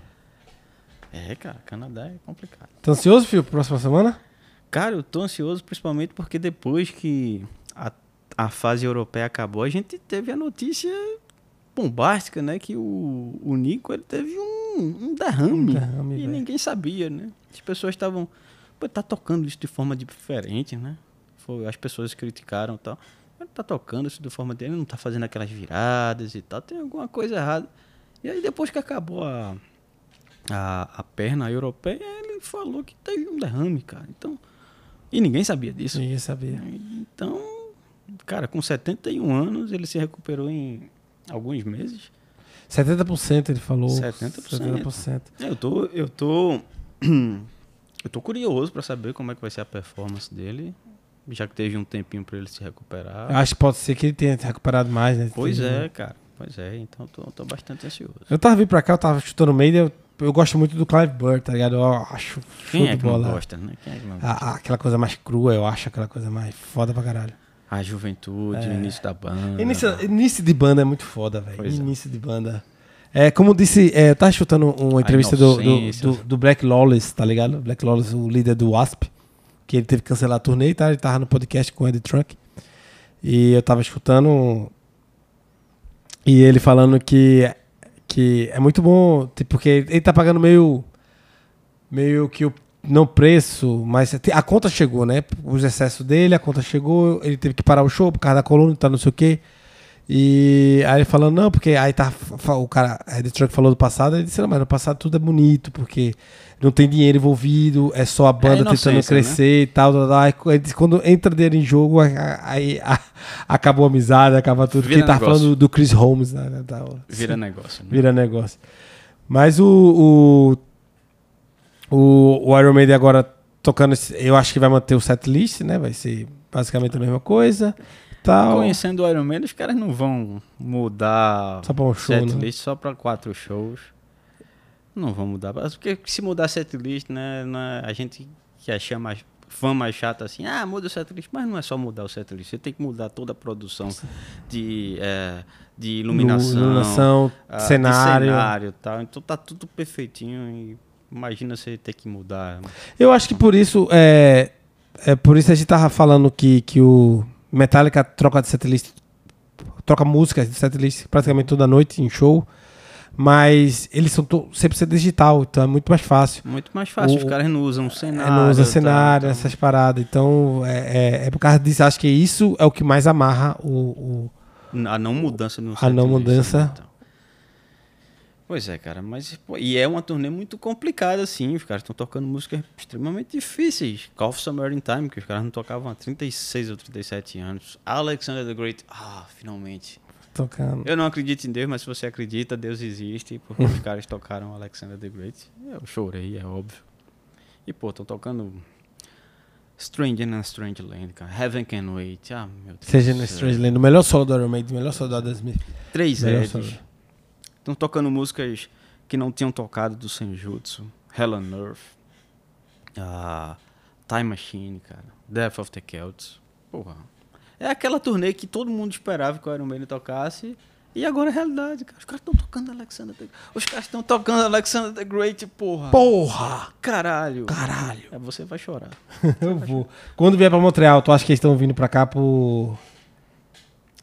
S2: É, cara, Canadá é complicado.
S1: Tá ansioso, filho, pra próxima semana?
S2: Cara, eu tô ansioso principalmente porque depois que a, a fase europeia acabou, a gente teve a notícia bombástica, né? Que o, o Nico ele teve um, um derrame.
S1: Um derrame,
S2: e
S1: velho.
S2: ninguém sabia, né? As pessoas estavam. Pô, tá tocando isso de forma diferente, né? Foi, as pessoas criticaram e tal. Ele tá tocando isso de forma dele, não tá fazendo aquelas viradas e tal. Tem alguma coisa errada. E aí depois que acabou a, a, a perna europeia, ele falou que teve um derrame, cara. Então. E ninguém sabia disso.
S1: Ninguém sabia.
S2: Então, cara, com 71 anos, ele se recuperou em alguns meses.
S1: 70% ele falou.
S2: 70%.
S1: 70%.
S2: É, Eu tô, eu tô, eu tô curioso pra saber como é que vai ser a performance dele, já que teve um tempinho pra ele se recuperar.
S1: Eu Acho que pode ser que ele tenha se recuperado mais, Ah, né?
S2: pois
S1: Tem-
S2: é, cara. Pois é, então tô, tô bastante ansioso.
S1: Eu tava vindo pra cá, eu tava chutando o meio, eu, eu gosto muito do Clive Burr, tá ligado? Eu acho show
S2: Quem é
S1: de
S2: que não
S1: bola. Ah.
S2: gosta, né? Quem é que não gosta?
S1: A- a- aquela coisa mais crua, eu acho, aquela coisa mais foda pra caralho.
S2: A juventude, o início da banda.
S1: É. Início, início de banda é muito foda, velho.
S2: Pois é.
S1: Início de banda. É, como disse, é, eu tava chutando uma entrevista do, do,
S2: inocência.
S1: do- do Black Lawless, tá ligado? Black Lawless, o líder do Wasp, que ele teve que cancelar a turnê e tá? ele tava no podcast com o Andy Trunk. E eu tava escutando. E ele falando que, que é muito bom, tipo, porque ele tá pagando meio. meio que o. Não preço, mas a conta chegou, né? Os excessos dele, a conta chegou, ele teve que parar o show por causa da coluna, tá não sei o quê. E aí ele falando, não, porque aí tá. fa- O cara, Red Truck falou do passado, ele disse, não, mas no passado tudo é bonito, porque não tem dinheiro envolvido, é só a banda tentando
S2: inocência, né?
S1: crescer e tal, tal, tal. Aí ele disse, quando entra dinheiro em jogo, a- a- aí a- acabou a amizade, acaba tudo.
S2: Vira
S1: Quem tá
S2: negócio.
S1: falando do Chris Holmes, né? da- da-
S2: Vira negócio, né?
S1: vira negócio. Mas o, o, o, o Iron Maiden agora tocando, esse- eu acho que vai manter o setlist, né? Vai ser basicamente a mesma coisa. Tal.
S2: Conhecendo o Iron Man, os caras não vão mudar
S1: Só pra um show, né?
S2: setlist só pra quatro shows. Não vão mudar. Mas Porque se mudar setlist, né, não é- a gente que achar mais fã mais chata assim, ah, muda o setlist, mas não é só mudar o setlist, você tem que mudar toda a produção de, é, de iluminação,
S1: Lu- iluminação,
S2: ah, de
S1: cenário.
S2: cenário e tal. Então tá tudo perfeitinho e imagina você ter que mudar.
S1: Eu acho que por isso é, é por isso a gente tava falando que, que o Metallica troca de setlist, troca músicas de setlist praticamente toda noite em show, mas eles são to- 100% digital, então é muito mais fácil.
S2: Muito mais fácil,
S1: O-
S2: os caras não usam cenário.
S1: É, não usa
S2: tá?
S1: cenário,
S2: Então-
S1: essas paradas. Então, é, é, é por causa disso. Acho que isso é o que mais amarra o. o-
S2: A não mudança no
S1: A não
S2: setlist,
S1: mudança.
S2: né, então. Pois é, cara, mas pô, e é uma turnê muito complicada assim, os caras estão tocando músicas extremamente difíceis. Call of Summer in Time, que os caras não tocavam há 36 ou 37 anos. Alexander the Great, ah, finalmente.
S1: tocando.
S2: Eu não acredito em Deus, mas se você acredita, Deus existe, porque os caras tocaram Alexander the Great. Eu chorei, é óbvio. E pô, estão tocando Strange and Strange Land, cara. Heaven Can Wait. Ah, meu Deus.
S1: Seja
S2: do
S1: no
S2: céu.
S1: Strange Land, o melhor solo do Iron Maiden, o melhor solo do Adam Smith.
S2: Três
S1: Melhor
S2: LEDs.
S1: solo.
S2: Estão tocando músicas que não tinham tocado do Senjutsu. Hell on Earth. Ah, Time Machine, cara. Death of the Celts. Porra. É aquela turnê que todo mundo esperava que o Iron Maiden tocasse. E agora é realidade, cara. Os caras estão tocando Alexander the Os caras estão tocando Alexander the Great, porra.
S1: Porra!
S2: Caralho.
S1: Caralho!
S2: É, você vai chorar.
S1: Eu vou. Quando vier pra Montreal, tu acha que eles estão vindo pra cá por.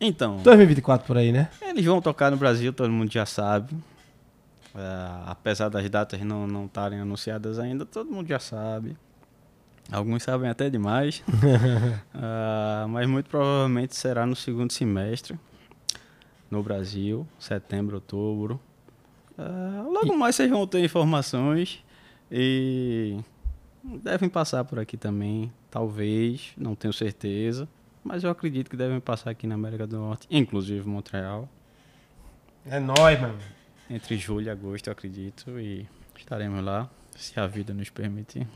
S2: Então.
S1: 2024 por aí, né?
S2: É, Eles vão tocar no Brasil, todo mundo já sabe. É, apesar das datas não não estarem anunciadas ainda, todo mundo já sabe. Alguns sabem até demais. Ah, mas muito provavelmente será no segundo semestre. No Brasil, setembro, outubro. Ah, logo mais vocês vão ter informações. E devem passar por aqui também. Talvez, não tenho certeza. Mas eu acredito que devem passar aqui na América do Norte, inclusive Montreal.
S1: É nóis, mano.
S2: Entre julho e agosto, eu acredito, e estaremos lá, se a vida nos permitir.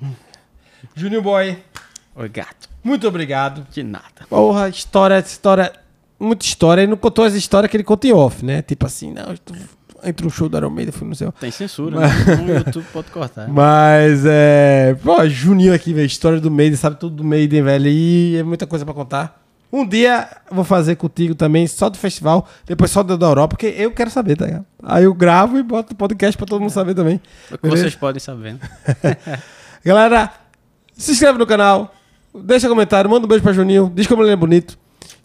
S1: Junior Boy.
S2: Oi, gato.
S1: Muito obrigado.
S2: De nada.
S1: Porra, história, história, muita história. Ele não contou as histórias que ele conta em off, né? Tipo assim, não, eu tô- entre o show do Iron Maiden, fui no céu.
S2: Tem censura, né? No YouTube pode cortar.
S1: Mas é. Pô, Juninho aqui, velho. História do Maiden, sabe tudo do Maiden, velho. E é muita coisa pra contar. Um dia eu vou fazer contigo também, só do festival, depois só da da Europa, porque eu quero saber, tá ligado? Aí eu gravo e boto o podcast pra todo mundo saber também.
S2: O que
S1: Beleza?
S2: vocês podem saber. né?
S1: Galera, se inscreve no canal, deixa comentário, manda um beijo pra Juninho, diz como ele é bonito.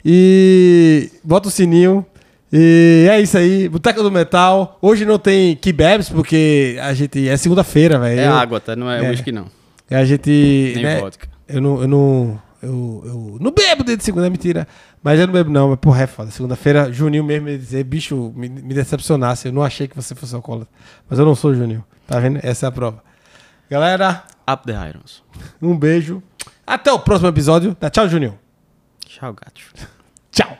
S1: E bota o sininho. E é isso aí, Boteca do Metal. Hoje não tem Kebabs, porque a gente. É segunda-feira, velho.
S2: É
S1: Eu-
S2: água, tá? Não
S1: É.
S2: é uísque, não.
S1: e A gente.
S2: Nem
S1: né,
S2: vodka.
S1: Eu não. Eu não, eu, eu não bebo desde segunda, é mentira. Mas eu não bebo, não. Mas, porra, é foda. Segunda-feira, Juninho mesmo ia dizer, bicho, me, me decepcionasse. Eu não achei que você fosse alcoólatra. Mas eu não sou, Juninho. Tá vendo? Essa é a prova. Galera,
S2: Up the Irons.
S1: um beijo. Até o próximo episódio. Tchau, Juninho.
S2: Tchau, gato.
S1: Tchau.